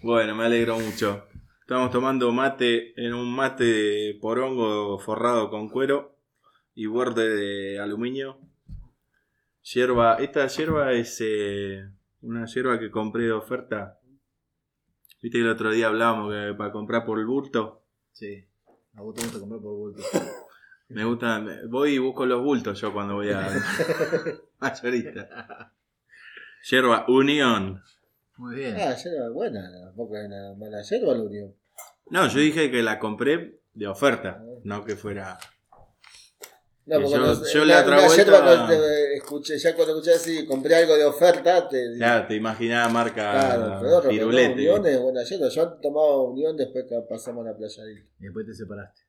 S1: Bueno, me alegro mucho. Estamos tomando mate en un mate de porongo forrado con cuero y borde de aluminio. Hierba, esta hierba es eh, una hierba que compré de oferta. Viste que el otro día hablábamos que para comprar por el bulto.
S2: Sí. A vos te gusta comprar por bulto.
S1: Me gusta, me- voy y busco los bultos yo cuando voy a mayorista. Hierba Unión.
S2: Muy bien.
S4: Ah, yerba buena, tampoco es una mala yerba, lo único.
S1: No, yo dije que la compré de oferta, no que fuera
S4: No,
S1: Y
S4: porque
S1: yo-
S4: no-
S1: yo
S4: una-
S1: la otra
S4: una
S1: vuelta-
S4: yerba cuando te escuché, ya cuando escuché así, compré algo de oferta, te
S1: Claro, te imaginaba marca
S4: claro, pero no,
S1: Ah, pirulete.
S4: Unión es buena yerba. Yo tomaba Unión después que pasamos a la playadita.
S2: Y después te separaste.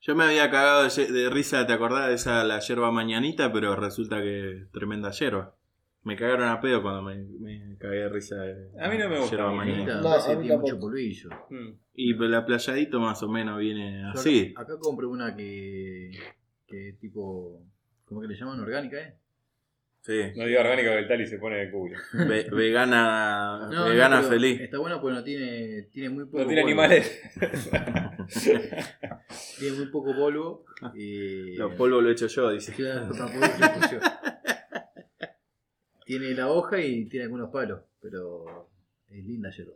S1: Yo me había cagado de de risa, ¿te acordás de esa la yerba mañanita? Pero resulta que es tremenda yerba. Me cagaron a pedo cuando me, me cagué de risa. de
S3: A mí no me gusta
S1: yerba
S3: mucho.
S1: mañanita.
S2: Ahorita
S4: No,
S2: parece
S4: a
S2: que
S4: mí
S2: tiene mucho
S4: tampoco.
S2: polvillo.
S3: Mm.
S1: Y la playadito más o menos viene
S2: Yo
S1: así.
S2: Acá, acá compré una que. que es tipo. ¿Cómo que le llaman? Orgánica, ¿eh?
S1: Sí.
S3: No digo orgánico que el tal y se pone de culo.
S1: Ve- vegana
S2: No, no,
S1: vegana
S2: pero este,
S1: feliz.
S2: Está buena porque no tiene, tiene muy poco
S3: No tiene
S2: polvo.
S3: animales.
S2: Tiene muy poco polvo. Y...
S1: Los polvos lo he hecho yo, dice.
S2: Claro, tampoco es que funcione. Tiene la hoja y tiene algunos palos, pero es linda yerba.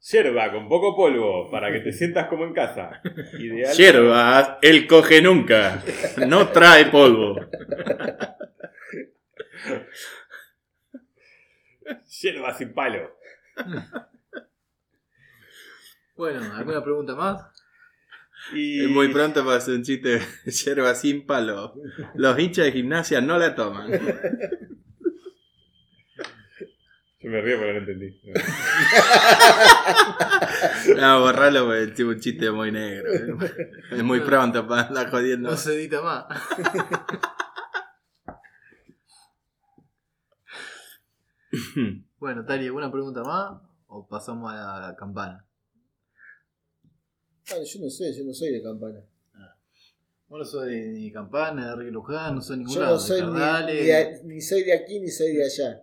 S3: Yerba con poco polvo para que te sientas como en casa. Ideal.
S1: Hierba, él coge nunca. No trae polvo.
S3: Yerba sin palo.
S2: Bueno, ¿alguna pregunta más?
S3: Y
S1: Es muy pronto para hacer un chiste de yerba sin palo. Los hinchas de gimnasia no la toman.
S3: Yo me río porque no entendí.
S1: No, Ah, borralo porque es tipo un chiste muy negro. ¿eh? Es muy pronto para andar jodiendo.
S2: No se edita más. Bueno, Tali, ¿alguna pregunta más? ¿O pasamos a la campana?
S4: Ah, yo no sé, yo no soy de campana.
S2: Vos no sos de, ni campana, de Río Luján, no sos de ningún
S4: Yo
S2: lado.
S4: no soy ni,
S2: Cardales.
S4: ni de- ni soy de aquí ni soy de allá.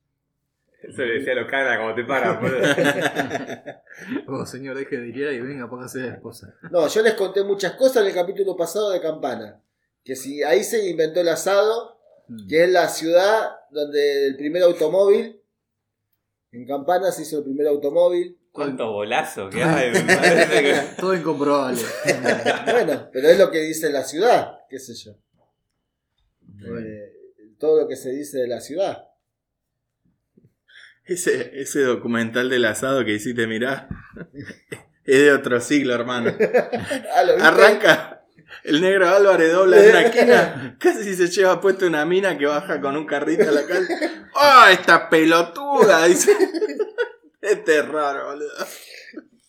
S3: Eso le decía a los caras como te paran. boludo.
S2: Oh, señor, deje de ir y venga, póngase la esposa.
S4: No, yo les conté muchas cosas en el capítulo pasado de Campana. Que si ahí se inventó el asado,
S2: Mm.
S4: que es la ciudad donde el primer automóvil, en Campana se hizo el primer automóvil.
S3: Cuántos bolazos que hay. me parece que-
S2: Todo incomprobable.
S4: Bueno, pero es lo que dice la ciudad, qué sé yo.
S2: Bueno,
S4: Eh, todo lo que se dice de la ciudad.
S1: Ese, ese documental del asado que hiciste mirar es de otro siglo, hermano.
S4: Ah, ¿lo viste?
S1: Arranca. El negro Álvarez dobla en una esquina. Casi se lleva puesto una mina que baja con un carrito a la calle. ¡Ah, esta pelotuda! Dice. Este es raro, boludo.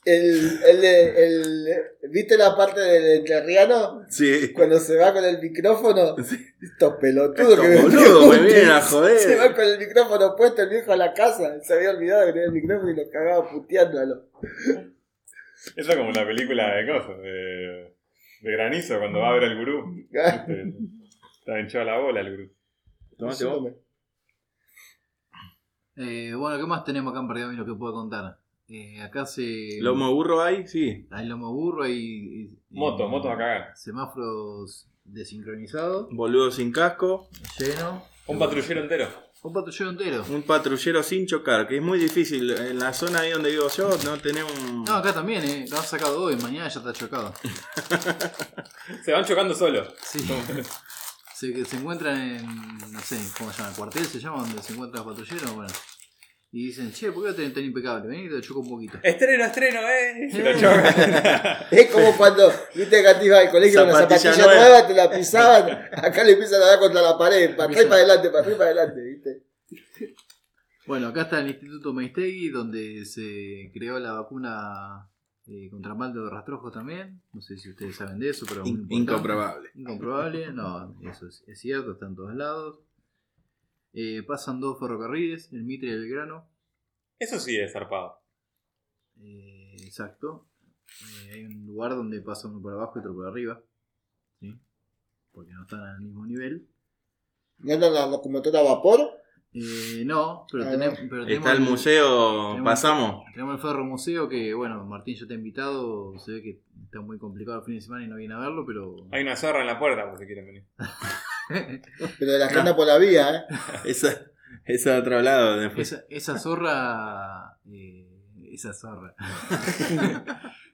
S4: El, el, el- ¿Viste la parte del entrerriano?
S1: Sí.
S4: Cuando se va con el micrófono, estos pelotudos
S1: Estos
S4: que me
S1: boludos me
S4: preguntan.
S1: vienen a
S4: Se
S1: joder.
S4: va con el micrófono puesto el viejo a la casa. Se había olvidado que tenía el micrófono y lo cagaba puteándolo.
S3: Eso es como la película de cosas. De, de granizo cuando va a ver al gurú. Este, Está hinchado la bola el gurú.
S1: Tomate vos.
S2: eh, bueno, ¿qué más tenemos acá en Pergamino que pueda contar? Eh, acá se.
S1: ¿Lomo burro hay? Sí.
S2: Hay lomo burro y. y-
S3: Moto,
S2: y-
S3: moto a cagar.
S2: Semáforos desincronizados,
S1: Boludo sin casco.
S2: lleno.
S3: Un patrullero entero.
S2: Un patrullero entero.
S1: Un patrullero sin chocar, que es muy difícil. En la zona ahí donde vivo yo, no tener un.
S2: No, acá también, eh. Lo han sacado hoy, mañana ya está chocado.
S3: Se van chocando solos.
S2: Sí. se, se encuentran en. No sé, ¿cómo se llama? ¿Cuartel se llama? Donde se encuentran los patrulleros. Bueno, Y dicen, che, ¿por qué lo tenés tan impecable? Vení y te lo choco un poquito.
S3: Estreno, estreno, eh. Se lo
S2: Eh.
S3: chocan.
S4: Es como cuando, viste que antes ibas al colegio con una
S1: Zapatilla
S4: zapatilla
S1: nueva.
S4: nueva, te la pisaban, acá le empiezan a dar contra la pared, para atrás y para adelante, para atrás y para adelante, viste.
S2: Bueno, acá está el Instituto Meistegui, donde se creó la vacuna eh, contra mal de rastrojo también. No sé si ustedes saben de eso, pero es muy
S1: In-
S2: importante.
S1: incomprobable.
S2: Incomprobable, no, eso es, es cierto, está en todos lados. Eh, pasan dos ferrocarriles, el Mitre y el Grano.
S3: Eso sí es zarpado.
S2: Eh, exacto. Eh, hay un lugar donde pasa uno por abajo y otro por arriba. ¿sí? Porque no están al mismo nivel.
S4: ¿No andan las locomotoras a vapor?
S2: Eh, no, pero,
S4: Ah,
S2: tenemos, pero tenemos
S1: Está el museo,
S2: tenemos-
S1: pasamos.
S2: Tenemos el Ferro Museo que, bueno, Martín ya te ha invitado. Se ve que está muy complicado el fin de semana y no viene a verlo, pero.
S3: Hay una zorra en la puerta por si quieren venir.
S4: Pero de las
S1: Ah.
S4: que andan por la vía, ¿eh?
S1: Esa, esa otro lado. Después.
S2: Esa, esa zorra. eh, esa zorra.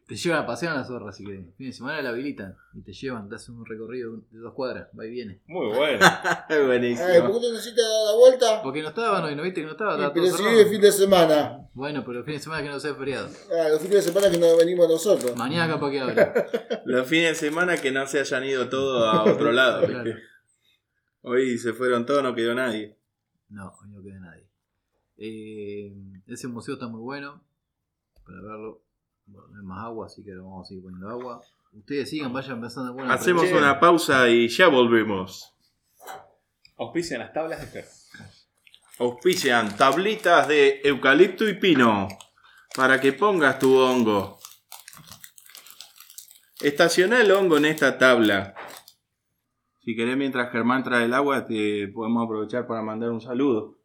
S2: te llevan a pasear a la zorra, así que. Fin de semana la habilitan y te llevan, te hacen un recorrido de dos cuadras, va y viene.
S3: Muy bueno.
S4: Ay, ¿Por
S1: Buenísimo.
S4: qué no hiciste dar la vuelta?
S2: Porque no estaban hoy, ¿no viste que no estaba?
S4: Y,
S2: Estaba
S4: Eh, Pero
S2: todo
S4: si
S2: cerrado.
S4: vive el fin de semana.
S2: Bueno, pero el fin de semana que no sea feriado.
S4: Ah, los fines de semana que no venimos nosotros.
S2: Mañana capaz que abre.
S1: Los fines de semana que no se hayan ido todos a otro lado. ¿viste?
S2: Claro.
S1: Hoy se fueron todos, no quedó nadie.
S2: No, hoy no queda nadie. Eh, ese museo está muy bueno para verlo. Bueno, no hay más agua, así que ahora vamos a seguir poniendo agua. Ustedes sigan, vayan pensando. Bueno,
S1: Hacemos
S3: che.
S1: una pausa y ya volvemos.
S3: Auspicio en las tablas de perro.
S1: Auspician tablitas de eucalipto y pino para que pongas tu hongo. Estaciona el hongo en esta tabla. Si querés, mientras Germán trae el agua, te podemos aprovechar para mandar un saludo.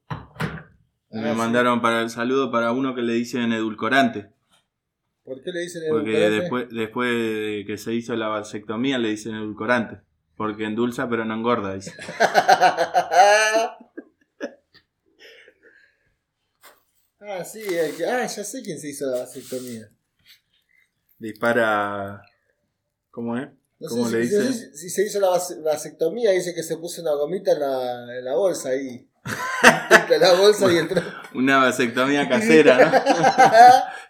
S1: Me
S4: Ah, sí.
S1: mandaron para el saludo para uno que le dicen edulcorante.
S4: ¿Por qué le dicen el
S1: Porque
S4: edulcorante?
S1: después, después de que se hizo la vasectomía le dicen edulcorante. Porque endulza pero no engorda, dice.
S4: ah, sí, el que- ah, ya sé quién se hizo la vasectomía.
S1: Dispara. ¿Cómo es?
S4: No
S1: ¿Cómo
S4: sé
S1: le
S4: si, no sé
S1: dicen?
S4: si- si se hizo la vas- vasectomía, dice que se puso una gomita en la, en la bolsa ahí. Entre la bolsa y el tra-
S1: Una vasectomía casera,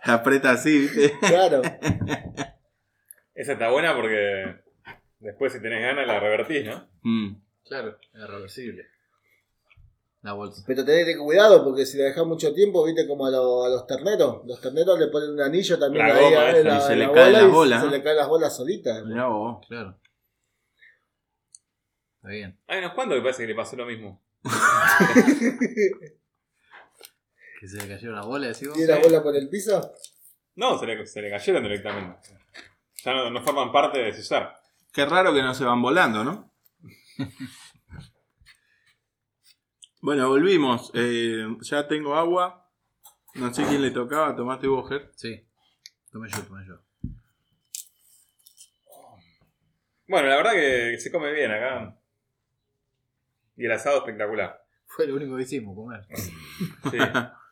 S1: ¿no? Aprieta así, ¿viste?
S4: Claro.
S3: Esa está buena porque después si tenés ganas la revertís, ¿no?
S1: Mm.
S2: Claro, es reversible. La bolsa.
S4: Pero tenés cuidado porque si la dejás mucho tiempo, viste como a, lo- a los terneros. Los terneros le ponen un anillo también
S3: La
S4: ahí
S3: goma
S4: a-
S3: esa,
S4: en la,
S1: y se
S4: en
S1: le
S4: la
S1: caen
S4: bola
S1: las
S4: y
S1: bolas,
S4: Se
S1: ¿no?
S4: le caen las bolas solitas.
S1: Mirá vos.
S2: Claro. Está bien.
S3: Hay unos cuantos que parece que le pasó lo mismo.
S2: Que se le cayó la bola, decimos.
S4: Tiene la
S3: Sí.
S4: bola por el piso.
S3: No, se le, se le cayeron directamente. Ya no, no forman parte de César.
S1: Qué raro que no se van volando, ¿no? bueno, volvimos. Eh, ya tengo agua. No sé quién le tocaba. Tomaste vos, Ger.
S2: Sí. Tomé yo, tomé yo.
S3: Bueno, la verdad que se come bien acá. Y el asado espectacular.
S2: Fue lo único que hicimos, comer.
S4: Ah,
S3: Sí.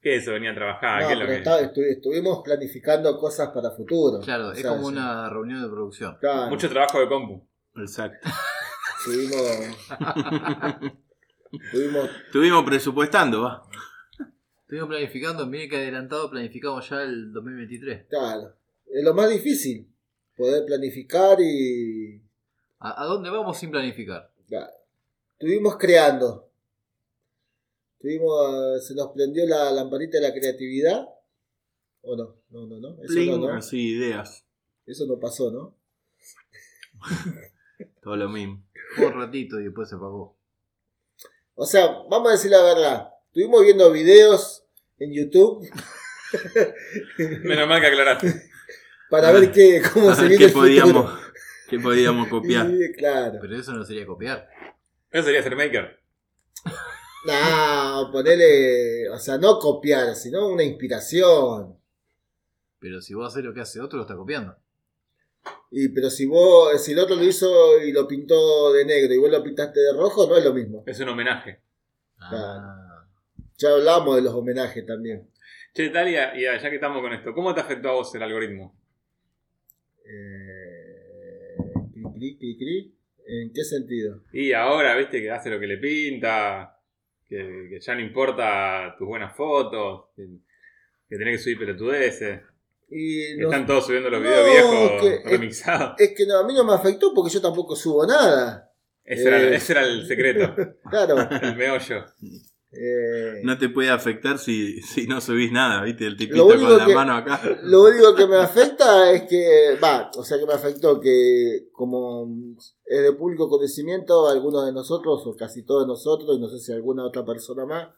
S3: ¿Qué es eso? Venía a trabajar.
S4: No,
S3: Ah, ¿Qué es lo
S4: pero
S3: que
S4: está- estu- estuvimos planificando cosas para futuro.
S2: Claro,
S4: O
S2: es
S4: sea,
S2: como
S4: sí.
S2: una reunión de producción.
S4: Claro,
S3: Mucho trabajo de compu.
S1: Exacto.
S4: Estuvimos. estuvimos
S1: Estuvimos presupuestando, va.
S2: Estuvimos planificando, miren que adelantado planificamos ya el 2023.
S4: claro, es lo más difícil. Poder planificar y.
S2: ¿A, a dónde vamos sin planificar?
S4: claro, Estuvimos creando. Estuvimos, eh, se nos prendió la lamparita de la creatividad. ¿O no? No, no, no. Eso
S1: Pling,
S4: no, no.
S1: así ideas.
S4: Eso no pasó, ¿no?
S1: Todo lo mismo.
S2: Fue un ratito y después se apagó.
S4: O sea, vamos a decir la verdad. Estuvimos viendo videos en YouTube
S3: Menos mal que aclaraste.
S4: para ver qué, cómo
S1: A
S4: se
S1: ver
S4: viene
S1: Ah. qué
S4: el
S1: podíamos,
S4: futuro.
S1: qué podíamos copiar.
S4: Sí, claro.
S2: Pero eso no sería copiar.
S3: Eso sería ser maker.
S4: No, ponele, o sea, no copiar, sino una inspiración.
S2: Pero si vos haces lo que hace otro, lo está copiando.
S4: Y pero si vos, si el otro lo hizo y lo pintó de negro y vos lo pintaste de rojo, no es lo mismo.
S3: Es un homenaje.
S2: Ah,
S4: Ya hablamos de los homenajes también.
S3: Che, Talia, y ya que estamos con esto, ¿cómo te afectó a vos el algoritmo?
S4: Eh, cri, cri, cri, cri. ¿En qué sentido?
S3: Y ahora, viste, que hace lo que le pinta. que, que ya no importa tus buenas fotos, que, que tenés que subir pelotudeces.
S4: Y
S3: que
S4: no-
S3: Están todos subiendo los
S4: No,
S3: videos viejos
S4: que-
S3: remixados.
S4: es que no, a mí no me afectó porque yo tampoco subo nada.
S3: Ese, era,
S4: eh.
S3: ese era el secreto,
S4: Claro.
S3: el meollo.
S4: eh,
S1: No te puede afectar si, si no subís nada, ¿viste? El
S4: Lo
S1: tipito
S4: único
S1: con la
S4: que-
S1: mano acá.
S4: Lo único que me afecta es que, va, o sea que me afectó que como es de público conocimiento, algunos de nosotros, o casi todos nosotros, y no sé si alguna otra persona más,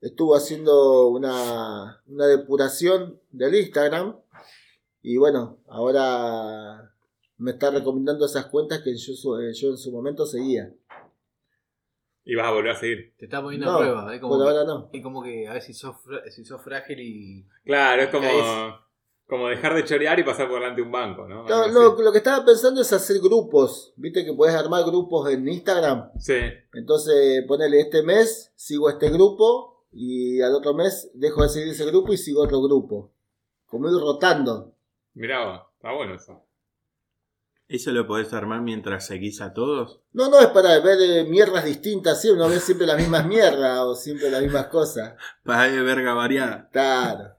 S4: estuvo haciendo una, una depuración del Instagram. Y bueno, ahora me está recomendando esas cuentas que yo, su- eh, yo en su momento seguía.
S3: Y vas a volver a seguir.
S2: Te está poniendo a
S4: No,
S2: prueba. Es como,
S4: Por ahora no.
S2: es como que a ver si sos, fra- si sos frágil y.
S3: Claro, es como,
S2: Caes.
S3: como dejar de chorear y pasar por delante de un banco, ¿no?
S4: No,
S3: Algo
S4: lo, lo que estaba pensando es hacer grupos. Viste que puedes armar grupos en Instagram.
S3: así. Sí.
S4: Entonces, ponele este mes, sigo este grupo y al otro mes dejo de seguir ese grupo y sigo otro grupo. Como ir rotando.
S3: Mirá, vos, está bueno eso.
S1: ¿Eso lo podés armar mientras seguís a todos?
S4: No, no es para ver eh, mierdas distintas, siempre, no ver siempre las mismas mierdas o siempre las mismas cosas.
S1: Para de verga variada.
S4: Claro.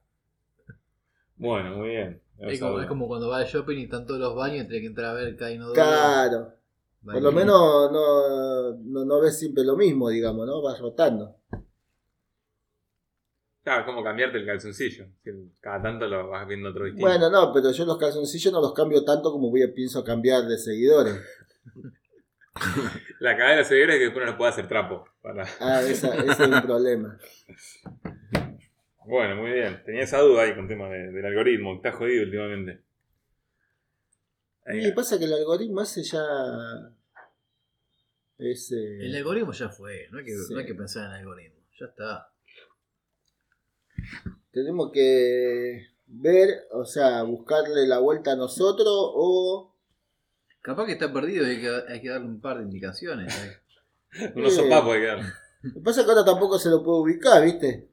S3: Bueno, muy bien. Me
S2: Es como,
S3: gusta.
S2: es como cuando vas al shopping y están todos los baños y tenés que entrar a ver cada inodoro.
S4: Claro. Por
S2: Baño.
S4: lo menos no, no, no ves siempre lo mismo, digamos, ¿no? Vas rotando.
S3: Claro, es como cambiarte el calzoncillo. que Cada tanto lo vas viendo otro distinto.
S4: Bueno, no, pero yo los calzoncillos no los cambio tanto como voy a pienso cambiar de seguidores.
S3: La cadena se vibra y que después no lo puede hacer trapo. Para...
S4: Ah, esa- ese es un problema.
S3: Bueno, muy bien. Tenía esa duda ahí con el tema de- del algoritmo. que Está jodido últimamente. Ahí,
S4: Y pasa que el algoritmo ese ya. Es, eh,
S2: El algoritmo ya fue, no hay, que,
S4: Sí.
S2: no hay que pensar en el algoritmo. Ya está.
S4: Tenemos que ver, o sea, buscarle la vuelta a nosotros o.
S2: Capaz que está perdido y hay que, hay que darle un par de indicaciones. ¿eh?
S3: Unos
S4: eh.
S3: sopapos hay que dar.
S4: Lo que pasa es que ahora tampoco se lo puede ubicar, ¿viste?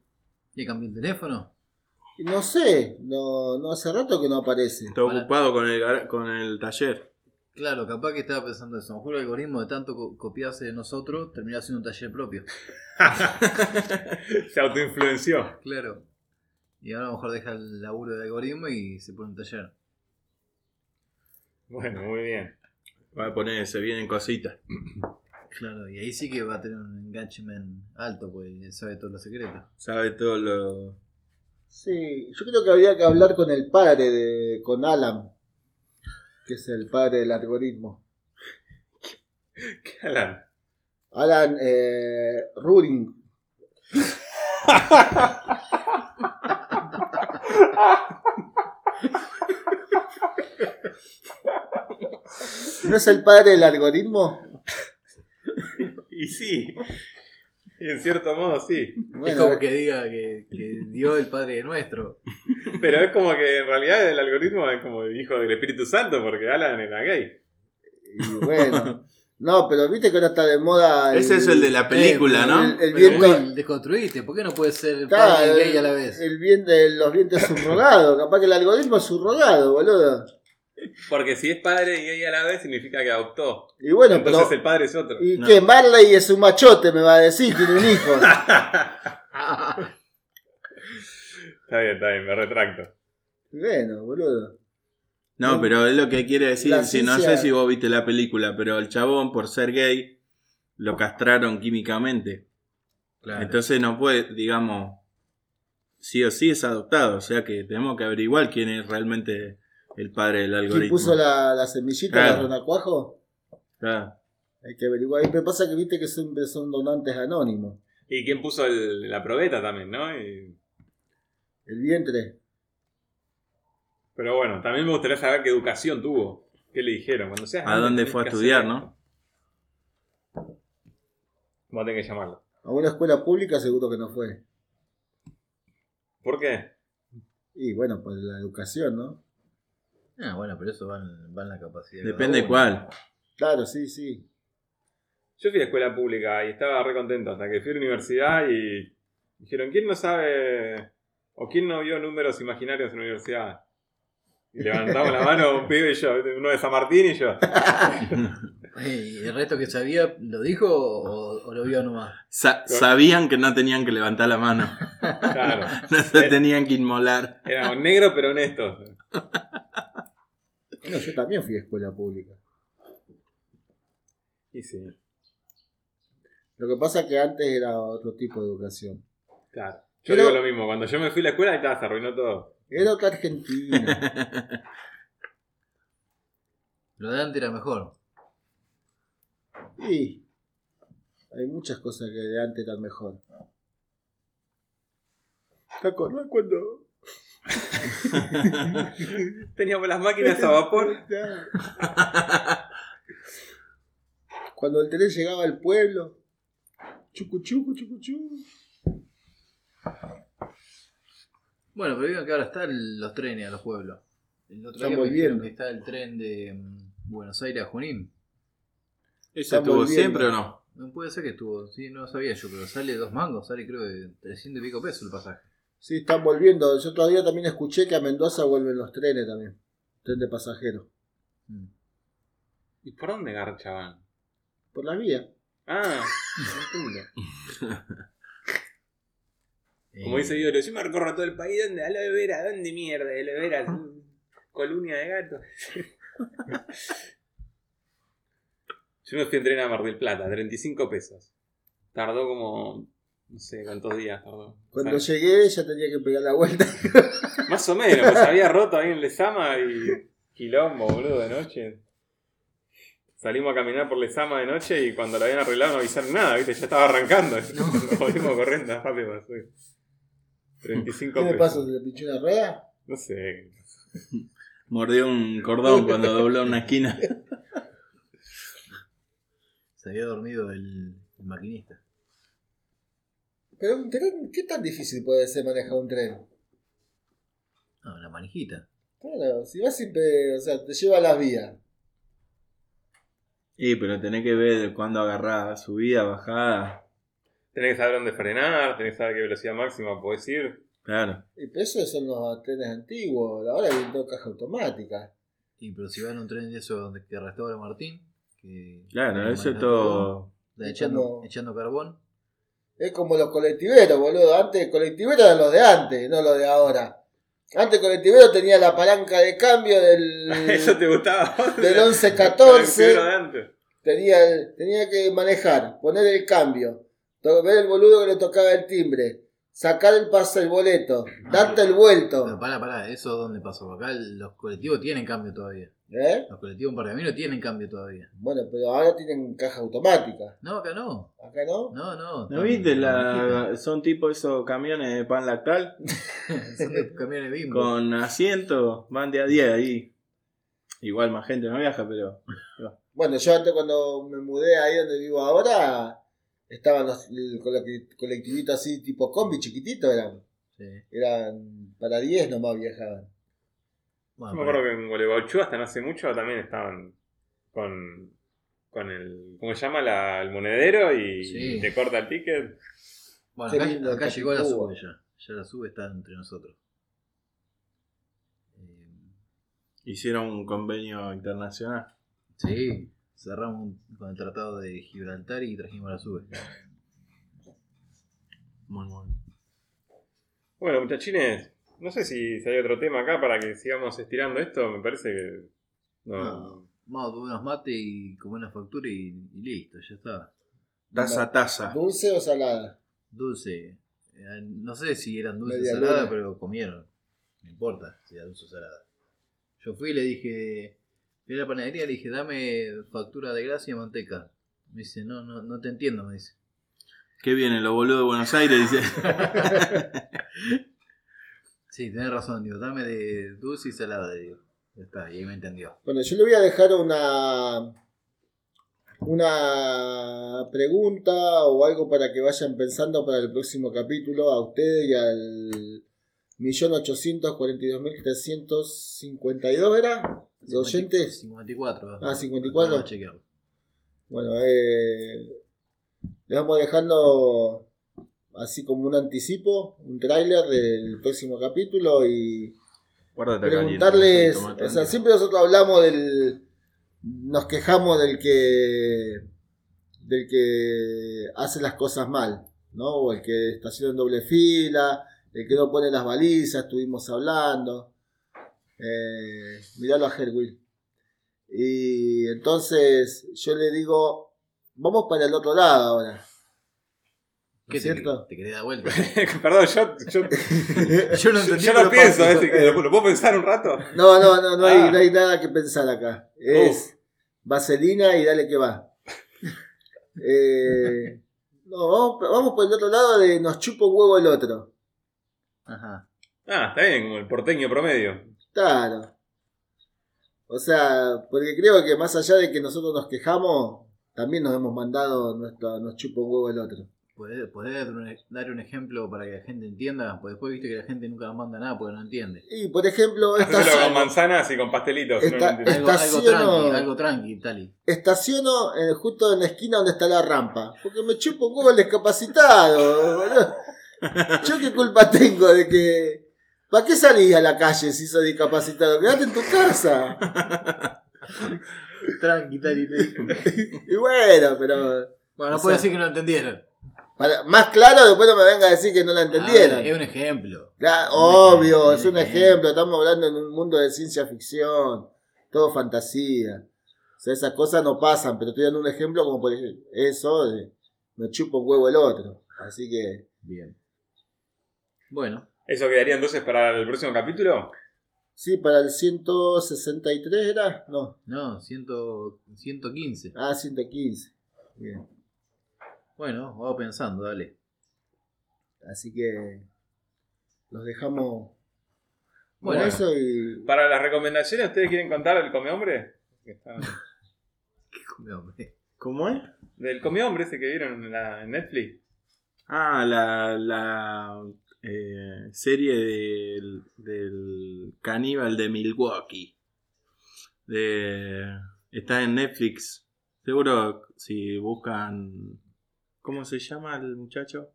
S2: ¿Le cambió el teléfono?
S4: Y No sé, no, no hace rato que no aparece.
S1: Está
S2: Para-
S1: ocupado con el, gar- con el taller.
S2: Claro, capaz que estaba pensando eso. A lo mejor el algoritmo de tanto co- copiarse de nosotros terminó haciendo un taller propio.
S3: Se autoinfluenció.
S2: Claro. Y ahora a lo mejor deja el laburo del algoritmo y se pone un taller.
S3: Bueno, muy bien.
S1: Va a poner, se vienen cositas.
S2: Claro, y ahí sí que va a tener un engagement alto, porque sabe todos los secretos.
S1: Sabe todo lo.
S4: Sí, yo creo que habría que hablar con el padre de. con Alan, que es el padre del algoritmo.
S3: ¿Qué hablan?
S4: Alan eh, Ruring. ¿No es el padre del algoritmo?
S3: Y sí. Y en cierto modo sí.
S2: es
S4: Bueno, eh.
S2: como que diga que, que dio el Padre nuestro.
S3: Pero es como que en realidad el algoritmo es como el hijo del Espíritu Santo porque Alan era gay.
S4: y bueno. No, pero viste que ahora está de moda.
S1: Ese es el de la película,
S4: pero
S1: ¿no?
S4: el- el
S2: Pero
S4: viento-
S2: vos desconstruiste, ¿por qué no puede ser
S4: Está,
S2: padre y gay a la
S4: el-
S2: vez?
S4: El bien de los dientes subrogados. Capaz que el algoritmo es subrogado, boludo.
S3: Porque si es padre y gay a la vez significa que adoptó.
S4: Y bueno, pero.
S3: Entonces el padre es otro.
S4: ¿Y
S1: No.
S4: qué? Marley es un machote, me va a decir, tiene un hijo.
S3: Está bien, está bien, me retracto.
S4: bueno, boludo.
S1: No,
S4: No.
S1: pero es lo que quiere decir.
S4: La
S1: si no
S4: ciencia-
S1: sé si vos viste la película, pero el chabón, por ser gay, lo castraron químicamente.
S2: Claro.
S1: Entonces no puede, digamos, sí o sí es adoptado. O sea que tenemos que averiguar quién es realmente el padre del
S4: ¿Quién
S1: algoritmo.
S4: puso la, la semillita de
S1: Claro.
S4: Ronacuajo?
S1: Claro.
S4: Hay que averiguar. Y pero pasa que viste que siempre son donantes anónimos.
S3: Y quién puso el- la probeta también, ¿no? Y-
S4: El vientre.
S3: pero bueno, también me gustaría saber qué educación tuvo. ¿Qué le dijeron? Cuando seas
S1: ¿A
S3: grande
S1: dónde
S3: tenés
S1: fue a
S3: que
S1: estudiar,
S3: hacer
S1: no?
S3: esto. Vamos a tener que llamarlo.
S4: A una escuela pública seguro que no fue.
S3: ¿Por qué?
S4: Y bueno, pues la educación, ¿no?
S2: Ah, bueno, pero eso va en, va en la capacidad. de
S1: Depende
S2: cada uno.
S1: cuál.
S4: Claro, sí, sí.
S3: Yo fui a escuela pública y estaba re contento hasta que fui a la universidad y dijeron, ¿quién no sabe o quién no vio números imaginarios en la universidad? Y levantamos la mano un pibe y yo, uno de San Martín y yo.
S2: ¿Y el resto que sabía lo dijo o, o lo vio nomás?
S1: Sa- sabían que no tenían que levantar la mano,
S3: Claro.
S1: no se tenían que inmolar.
S3: Éramos negros pero honestos.
S4: No, yo también fui a escuela pública.
S3: Y sí,
S4: Lo que pasa es que antes era otro tipo de educación.
S3: claro. Yo
S4: Pero-
S3: digo lo mismo, cuando yo me fui a la escuela, ahí estaba, se arruinó todo.
S4: Era otra Argentina.
S2: Lo de antes era mejor.
S4: Y hay muchas cosas que de antes eran mejor. ¿Te acordás cuando?
S3: Teníamos las máquinas
S4: este
S3: a vapor.
S4: Cuando el tren llegaba al pueblo. Chucu chucu chucu chucu.
S2: Bueno, pero vieron que ahora están los trenes a los pueblos. El otro
S4: Están
S2: día me dijeron
S4: volviendo.
S2: que está el tren de mm, Buenos Aires a Junín.
S1: ¿Eso
S4: Estamos
S1: estuvo
S4: viendo.
S1: siempre o no?
S2: No puede ser que estuvo, sí, no sabía yo, pero sale dos mangos, sale creo de 300 y pico pesos el pasaje.
S4: Sí, están volviendo. Yo todavía también escuché que a Mendoza vuelven los trenes también. Tren de pasajeros.
S2: Mm.
S3: ¿Y por dónde garchaban?
S4: Por la vía.
S3: Ah, como
S2: Eh,
S3: dice Diego, yo me recorro todo el país, ¿dónde? Aloe vera, ¿dónde mierda? Aloe vera, colunia de gato. yo me fui a entrenar a Mar del Plata, 35 pesos. Tardó como, no sé cuántos días tardó.
S4: Cuando
S3: O sea,
S4: llegué ya tenía que pegar la vuelta.
S3: más o menos, pues había roto ahí en Lesama y quilombo, boludo, de noche. Salimos a caminar por Lesama de noche y cuando lo habían arreglado no avisaron nada, ¿viste? Ya estaba arrancando. Nos volvimos corriendo rápido. así. 35
S4: ¿Qué
S3: pesos.
S4: me pasa? ¿Se le pinchó una rueda?
S3: No sé.
S1: Mordió un cordón cuando dobló una esquina.
S2: Se había dormido el, el maquinista.
S4: Pero un tren, ¿qué tan difícil puede ser manejar un tren?
S2: No, la manijita.
S4: Claro, si vas siempre, o sea, te lleva a las vías.
S1: Y pero tenés que ver cuándo agarrás, subida, bajada.
S3: Tenés que saber dónde frenar, tenés que saber qué velocidad máxima podés ir.
S1: Claro.
S4: Y pero esos son los trenes antiguos, ahora vienen dos cajas automáticas.
S2: Y pero si va en un tren de eso donde que restaura Martín, que
S1: Claro,
S2: que
S1: eso es
S2: maneja
S1: todo.
S2: Está
S4: Y
S2: echando,
S4: como-
S2: echando carbón.
S4: Es como los colectiveros, boludo. Antes colectiveros eran los de antes, no los de ahora. Antes colectivero tenía la palanca de cambio del,
S3: Eso te gustaba.
S4: del
S3: Pero
S4: 11-14.
S3: de antes.
S4: Tenía, el- tenía que manejar, poner el cambio, to- ver el boludo que le tocaba el timbre, sacar el pase, el boleto, darte el
S2: Pero
S4: vuelto.
S2: pará, pará, eso es donde pasó. Acá los colectivos tienen cambio todavía.
S4: ¿eh?
S2: Los colectivos en Pergamino tienen cambio todavía.
S4: Bueno, pero ahora tienen caja automática.
S2: No, acá no.
S4: ¿Acá no?
S2: No, no.
S4: Ah,
S1: ¿No viste? La, son tipo esos camiones de pan lactal
S2: manijita. Son de camiones bimbo.
S1: con asiento, van de a 10 ahí. Igual más gente no viaja, pero.
S4: Bueno, yo antes cuando me mudé ahí donde vivo ahora, estaban los el cole- colectivito así tipo combi, chiquitito eran.
S2: Sí.
S4: Eran para 10 nomás viajaban.
S2: Bueno,
S4: Ah,
S3: Yo me acuerdo que en Gualeguaychú hasta no hace mucho también estaban con, con el, ¿cómo se llama? La- el monedero y
S2: Sí.
S3: te corta el ticket.
S2: Bueno,
S4: Qué
S2: acá,
S4: lindo
S2: acá llegó
S4: Capicúa.
S2: la sube ya. Ya la sube está entre nosotros. Eh,
S1: Hicieron un convenio internacional.
S2: sí, cerramos un- con el tratado de Gibraltar y trajimos la sube.
S1: Muy bueno.
S3: Bueno, muchachines, no sé si, si hay otro tema acá para que sigamos estirando esto. Me parece que... No.
S2: No. Vamos a tomar unos mates y comer una factura y, y listo, ya está.
S1: Taza a taza.
S4: ¿Dulce o salada?
S2: Dulce. eh, No sé si eran dulce
S4: Media
S2: o salada,
S4: luna.
S2: pero comieron. No importa si era dulce o salada. Yo fui y le dije, fui a la panadería y le dije, dame factura de grasa y manteca. Me dice, no, no, no te entiendo, me dice.
S1: ¿Qué vienen los boludos de Buenos Aires? Dice.
S2: Sí, tenés razón, digo, dame de dulce y salada, digo. Ya está, y ahí me entendió.
S4: Bueno, yo le voy a dejar una una pregunta o algo para que vayan pensando para el próximo capítulo a ustedes y al millón ochocientos cuarenta y dos mil trescientos cincuenta y dos era de oyentes
S2: 54.
S4: Ah, 54.
S2: Vamos a chequearlo.
S4: Bueno, eh, les vamos dejando así como un anticipo, un tráiler del próximo capítulo y
S1: Guárdate acá,
S4: preguntarles,
S1: Lito, tomate
S4: o sea,
S1: antes.
S4: siempre nosotros hablamos del, nos quejamos del que del que hace las cosas mal, ¿no? O el que estaciona en doble fila, el que no pone las balizas, estuvimos hablando. Eh, miralo a Herwill. Y entonces yo le digo, vamos para el otro lado ahora. ¿No
S2: ¿Qué
S4: es
S2: te,
S4: cierto?
S2: te querés dar vuelta?
S3: Perdón, yo, yo,
S2: Yo no
S3: yo,
S2: entendí.
S3: yo
S2: pero
S3: lo pienso,
S2: pasa.
S3: ¿eh? ¿Lo, lo puedo pensar un rato?
S4: No, no, no, no, hay,
S3: Ah.
S4: no hay nada que pensar acá. Es vaselina y dale que va. Eh, no, vamos, vamos por el otro lado de nos chupa un huevo el otro.
S2: Ajá.
S3: Ah, está bien, como el porteño promedio.
S4: Claro. O sea, porque creo que más allá de que nosotros nos quejamos, también nos hemos mandado nuestro nos chupa un huevo el otro.
S2: ¿Podés, podés dar un- dar un ejemplo para que la gente entienda? Porque después viste que la gente nunca nos manda nada porque no entiende.
S4: Y por ejemplo,
S3: Hacéselo con
S4: estaciono,
S3: manzanas y con pastelitos.
S4: Está-
S3: no lo entiendo.
S2: Algo, algo
S4: Estaciono.
S2: tranqui, algo tranqui, Tali.
S4: estaciono, eh, justo en la esquina donde está la rampa. Porque me chupa un huevo el discapacitado, boludo. Yo qué culpa tengo de que. ¿Para qué salís a la calle si sos discapacitado? Quédate en tu casa.
S2: Tranqui, Tali.
S4: Y bueno, pero.
S2: Bueno,
S4: O
S2: no puedo
S4: sea,
S2: decir que no lo entendieron.
S4: para- más claro, después no me venga a decir que no la
S2: A
S4: entendieron.
S2: ver, Ah, Es un ejemplo.
S4: Cla-
S2: Es un ejemplo,
S4: obvio, es un ejemplo. Estamos hablando en un mundo de ciencia ficción, todo fantasía. O sea, esas cosas no pasan, pero estoy dando un ejemplo como por ejemplo, eso de me chupa un huevo el otro. Así que,
S2: Bien. Bueno,
S3: ¿Eso quedaría entonces para el próximo capítulo?
S4: sí, para el 163 era, no,
S2: no, ciento, 115.
S4: ah, 115. Bien.
S2: Bueno, vamos pensando, dale.
S4: Así que los dejamos
S2: Bueno.
S4: con eso y
S3: ¿Para las recomendaciones ustedes quieren contar del come hombre?
S2: Qué comió, hombre.
S1: ¿Cómo es?
S3: Del come hombre ese que vieron en, la, en Netflix.
S1: Ah, la, la eh, serie del, del caníbal de Milwaukee. De- está en Netflix. Seguro si buscan... ¿Cómo se llama el muchacho?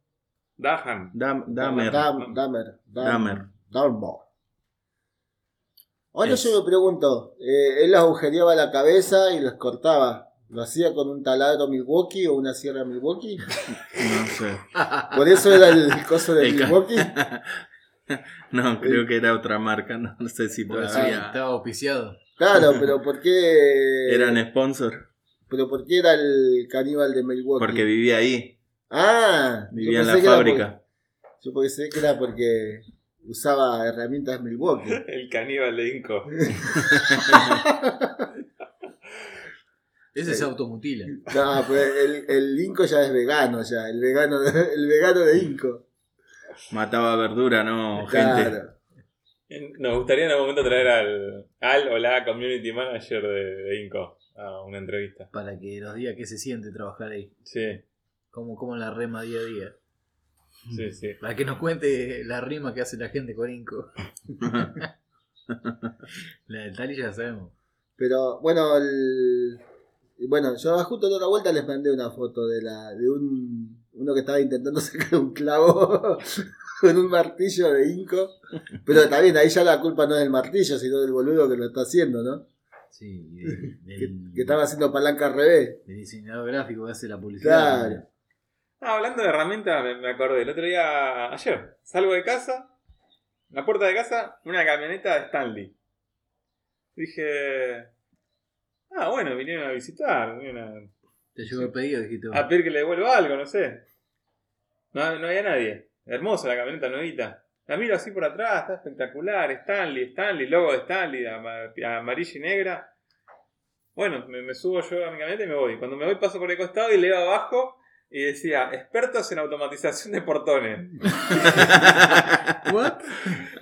S3: Dahan.
S1: Dam- Dahmer.
S4: Dam- Dahmer,
S1: Dahmer.
S4: Dumbo. Ahora
S1: Es-
S4: yo me pregunto, eh, él las agujereaba la cabeza y los cortaba. ¿Lo hacía con un taladro Milwaukee o una sierra Milwaukee?
S1: No sé.
S4: ¿Por eso era el, coso de
S1: El ca-
S4: Milwaukee?
S1: no, creo que era otra marca. No, no sé si
S2: Porque
S4: ah.
S1: todavía...
S2: Estaba auspiciado.
S4: Claro, pero ¿por qué?
S1: Eran sponsor.
S4: ¿Pero por qué era el caníbal de Milwaukee?
S1: Porque vivía ahí.
S4: Ah, yo
S1: Vivía en
S4: pensé
S1: la
S4: que era
S1: fábrica.
S4: por- yo pensé que era porque usaba herramientas Milwaukee.
S3: El caníbal de Inco.
S2: Ese se automutila.
S4: No, pues el, el Inco ya es vegano, ya, el vegano, de- el vegano de Inco.
S1: Mataba verdura, no gente.
S4: Claro.
S3: Nos gustaría en algún momento traer al, al o la community manager de, de Inco a una entrevista.
S2: Para que nos diga qué se siente trabajar ahí.
S3: Sí,
S2: Cómo, cómo la rema día a día.
S3: sí, sí.
S2: Para que nos cuente la rima que hace la gente con Inco. La del Tali ya la sabemos.
S4: Pero bueno, el, y bueno, yo justo en otra vuelta les mandé una foto de la de un uno que estaba intentando sacar un clavo con un martillo de Inco. Pero está bien, ahí ya la culpa no es del martillo, sino del boludo que lo está haciendo, ¿no?
S2: Sí, y del,
S4: Que,
S2: del-
S1: Mm.
S4: que estaba haciendo palanca al revés.
S2: del diseñador gráfico que hace la publicidad.
S4: Claro.
S3: Ah, hablando de herramientas, me, me acordé. El otro día, ayer, salgo de casa, en la puerta de casa, una camioneta de Stanley. Dije. Ah, bueno, vinieron a visitar, vinieron
S2: Te llegó el pedido, dijiste. vos.
S3: a, a pedir que le devuelva algo, no sé. No, no había nadie. Hermosa la camioneta nuevita. La miro así por atrás, está espectacular. Stanley, Stanley, logo de Stanley, ama- amarilla y negra. Bueno, me, me subo yo a mi camioneta y me voy. Cuando me voy paso por el costado y leo abajo y decía, expertos en automatización de portones.
S2: What?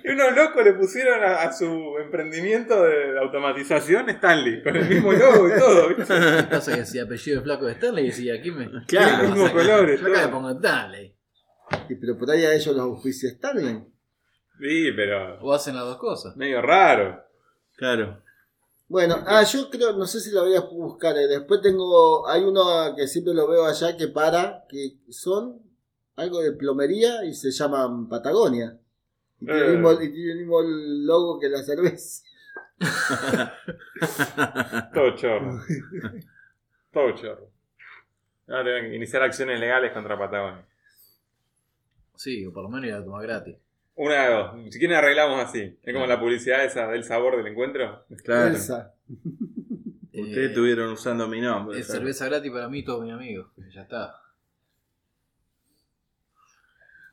S3: Y unos locos le pusieron a, a su emprendimiento de automatización Stanley, con el mismo logo y todo, ¿viste?
S2: ¿Qué pasa que si apellido de flaco de Stanley decía aquí me.
S1: Claro,
S2: ¿Qué
S3: mismo
S2: pasa?
S3: colores,
S2: Yo acá
S3: todo.
S2: le pongo Stanley.
S4: Y pero por ahí a ellos los auspicios Stanley.
S3: Sí, pero
S2: O hacen las dos cosas.
S3: medio raro.
S1: claro.
S4: Bueno, ah, yo creo, no sé si lo voy a buscar. eh, Después tengo, hay uno que siempre lo veo allá que para, que son algo de plomería y se llaman Patagonia. Y tiene,
S3: Eh.
S4: el mismo, y tiene el mismo logo que la cerveza.
S3: Todo chorro. Todo chorro. Ahora tienen que iniciar acciones legales contra Patagonia.
S2: Sí, o por lo menos ir a tomar gratis.
S3: Una de dos. Si quieren arreglamos así. Es como la publicidad esa del sabor del encuentro.
S1: Claro.
S4: Elsa.
S1: Ustedes
S2: Eh,
S1: estuvieron usando mi nombre.
S2: Es
S1: ¿sabes?
S2: cerveza gratis para mí y todos mis amigos. Ya está.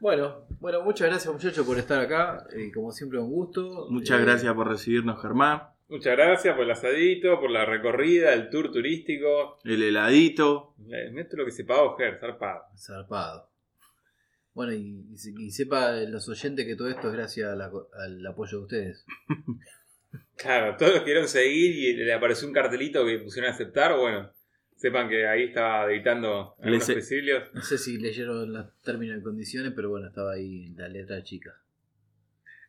S2: Bueno, bueno, muchas gracias muchachos por estar acá. Eh, como siempre un gusto.
S1: Muchas
S2: Eh,
S1: gracias por recibirnos, Germán.
S3: Muchas gracias por el asadito, por la recorrida, el tour turístico.
S1: El heladito.
S3: Eh, Esto es lo que se pagó, Ger, zarpado.
S2: Zarpado. Bueno, y, y se- y sepa los oyentes que todo esto es gracias a la co- al apoyo de ustedes.
S3: Claro, todos los quieron seguir y le apareció un cartelito que pusieron a aceptar. Bueno, sepan que ahí estaba editando
S1: Le
S3: algunos
S1: se-
S3: exilios.
S2: No sé si leyeron los términos y condiciones, pero bueno, estaba ahí la letra chica.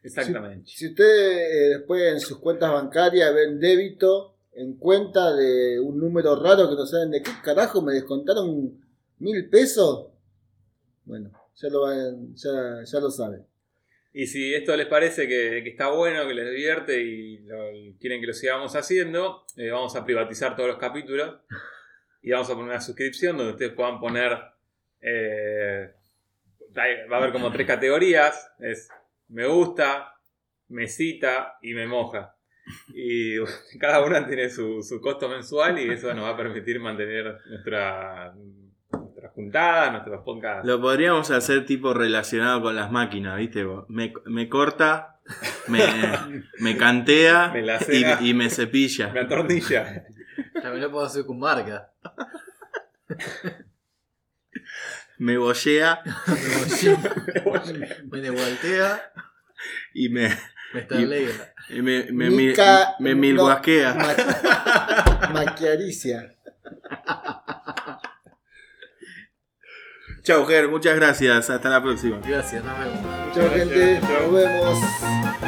S3: Exactamente.
S4: Si ustedes eh, después en sus cuentas bancarias ven débito en cuenta de un número raro que no saben de qué carajo me descontaron mil pesos, bueno, ya lo, van- ya, ya lo saben.
S3: Y si esto les parece que, que está bueno, que les divierte y lo- y quieren que lo sigamos haciendo, eh, vamos a privatizar todos los capítulos y vamos a poner una suscripción donde ustedes puedan poner. eh, hay- va a haber como tres categorías: es me gusta, me cita y me moja. Y cada una tiene su, su costo mensual y eso nos va a permitir mantener nuestra, nuestras juntadas, nuestros podcasts.
S1: Lo podríamos hacer tipo relacionado con las máquinas, ¿viste? Me, me corta, me, me cantea
S3: Me la cega.
S1: y, y me cepilla.
S3: Me atornilla.
S2: También lo puedo hacer con marca.
S1: Me bollea
S2: me voltea,
S1: y me,
S2: me estarlega.
S1: y me, me,
S4: Mica-
S1: me
S4: no.
S1: milguasquea.
S4: Ma- Maquiaricia.
S1: Chau, Ger, muchas gracias. Hasta la próxima.
S2: Gracias, nos vemos.
S4: Chao, gente. Nos vemos.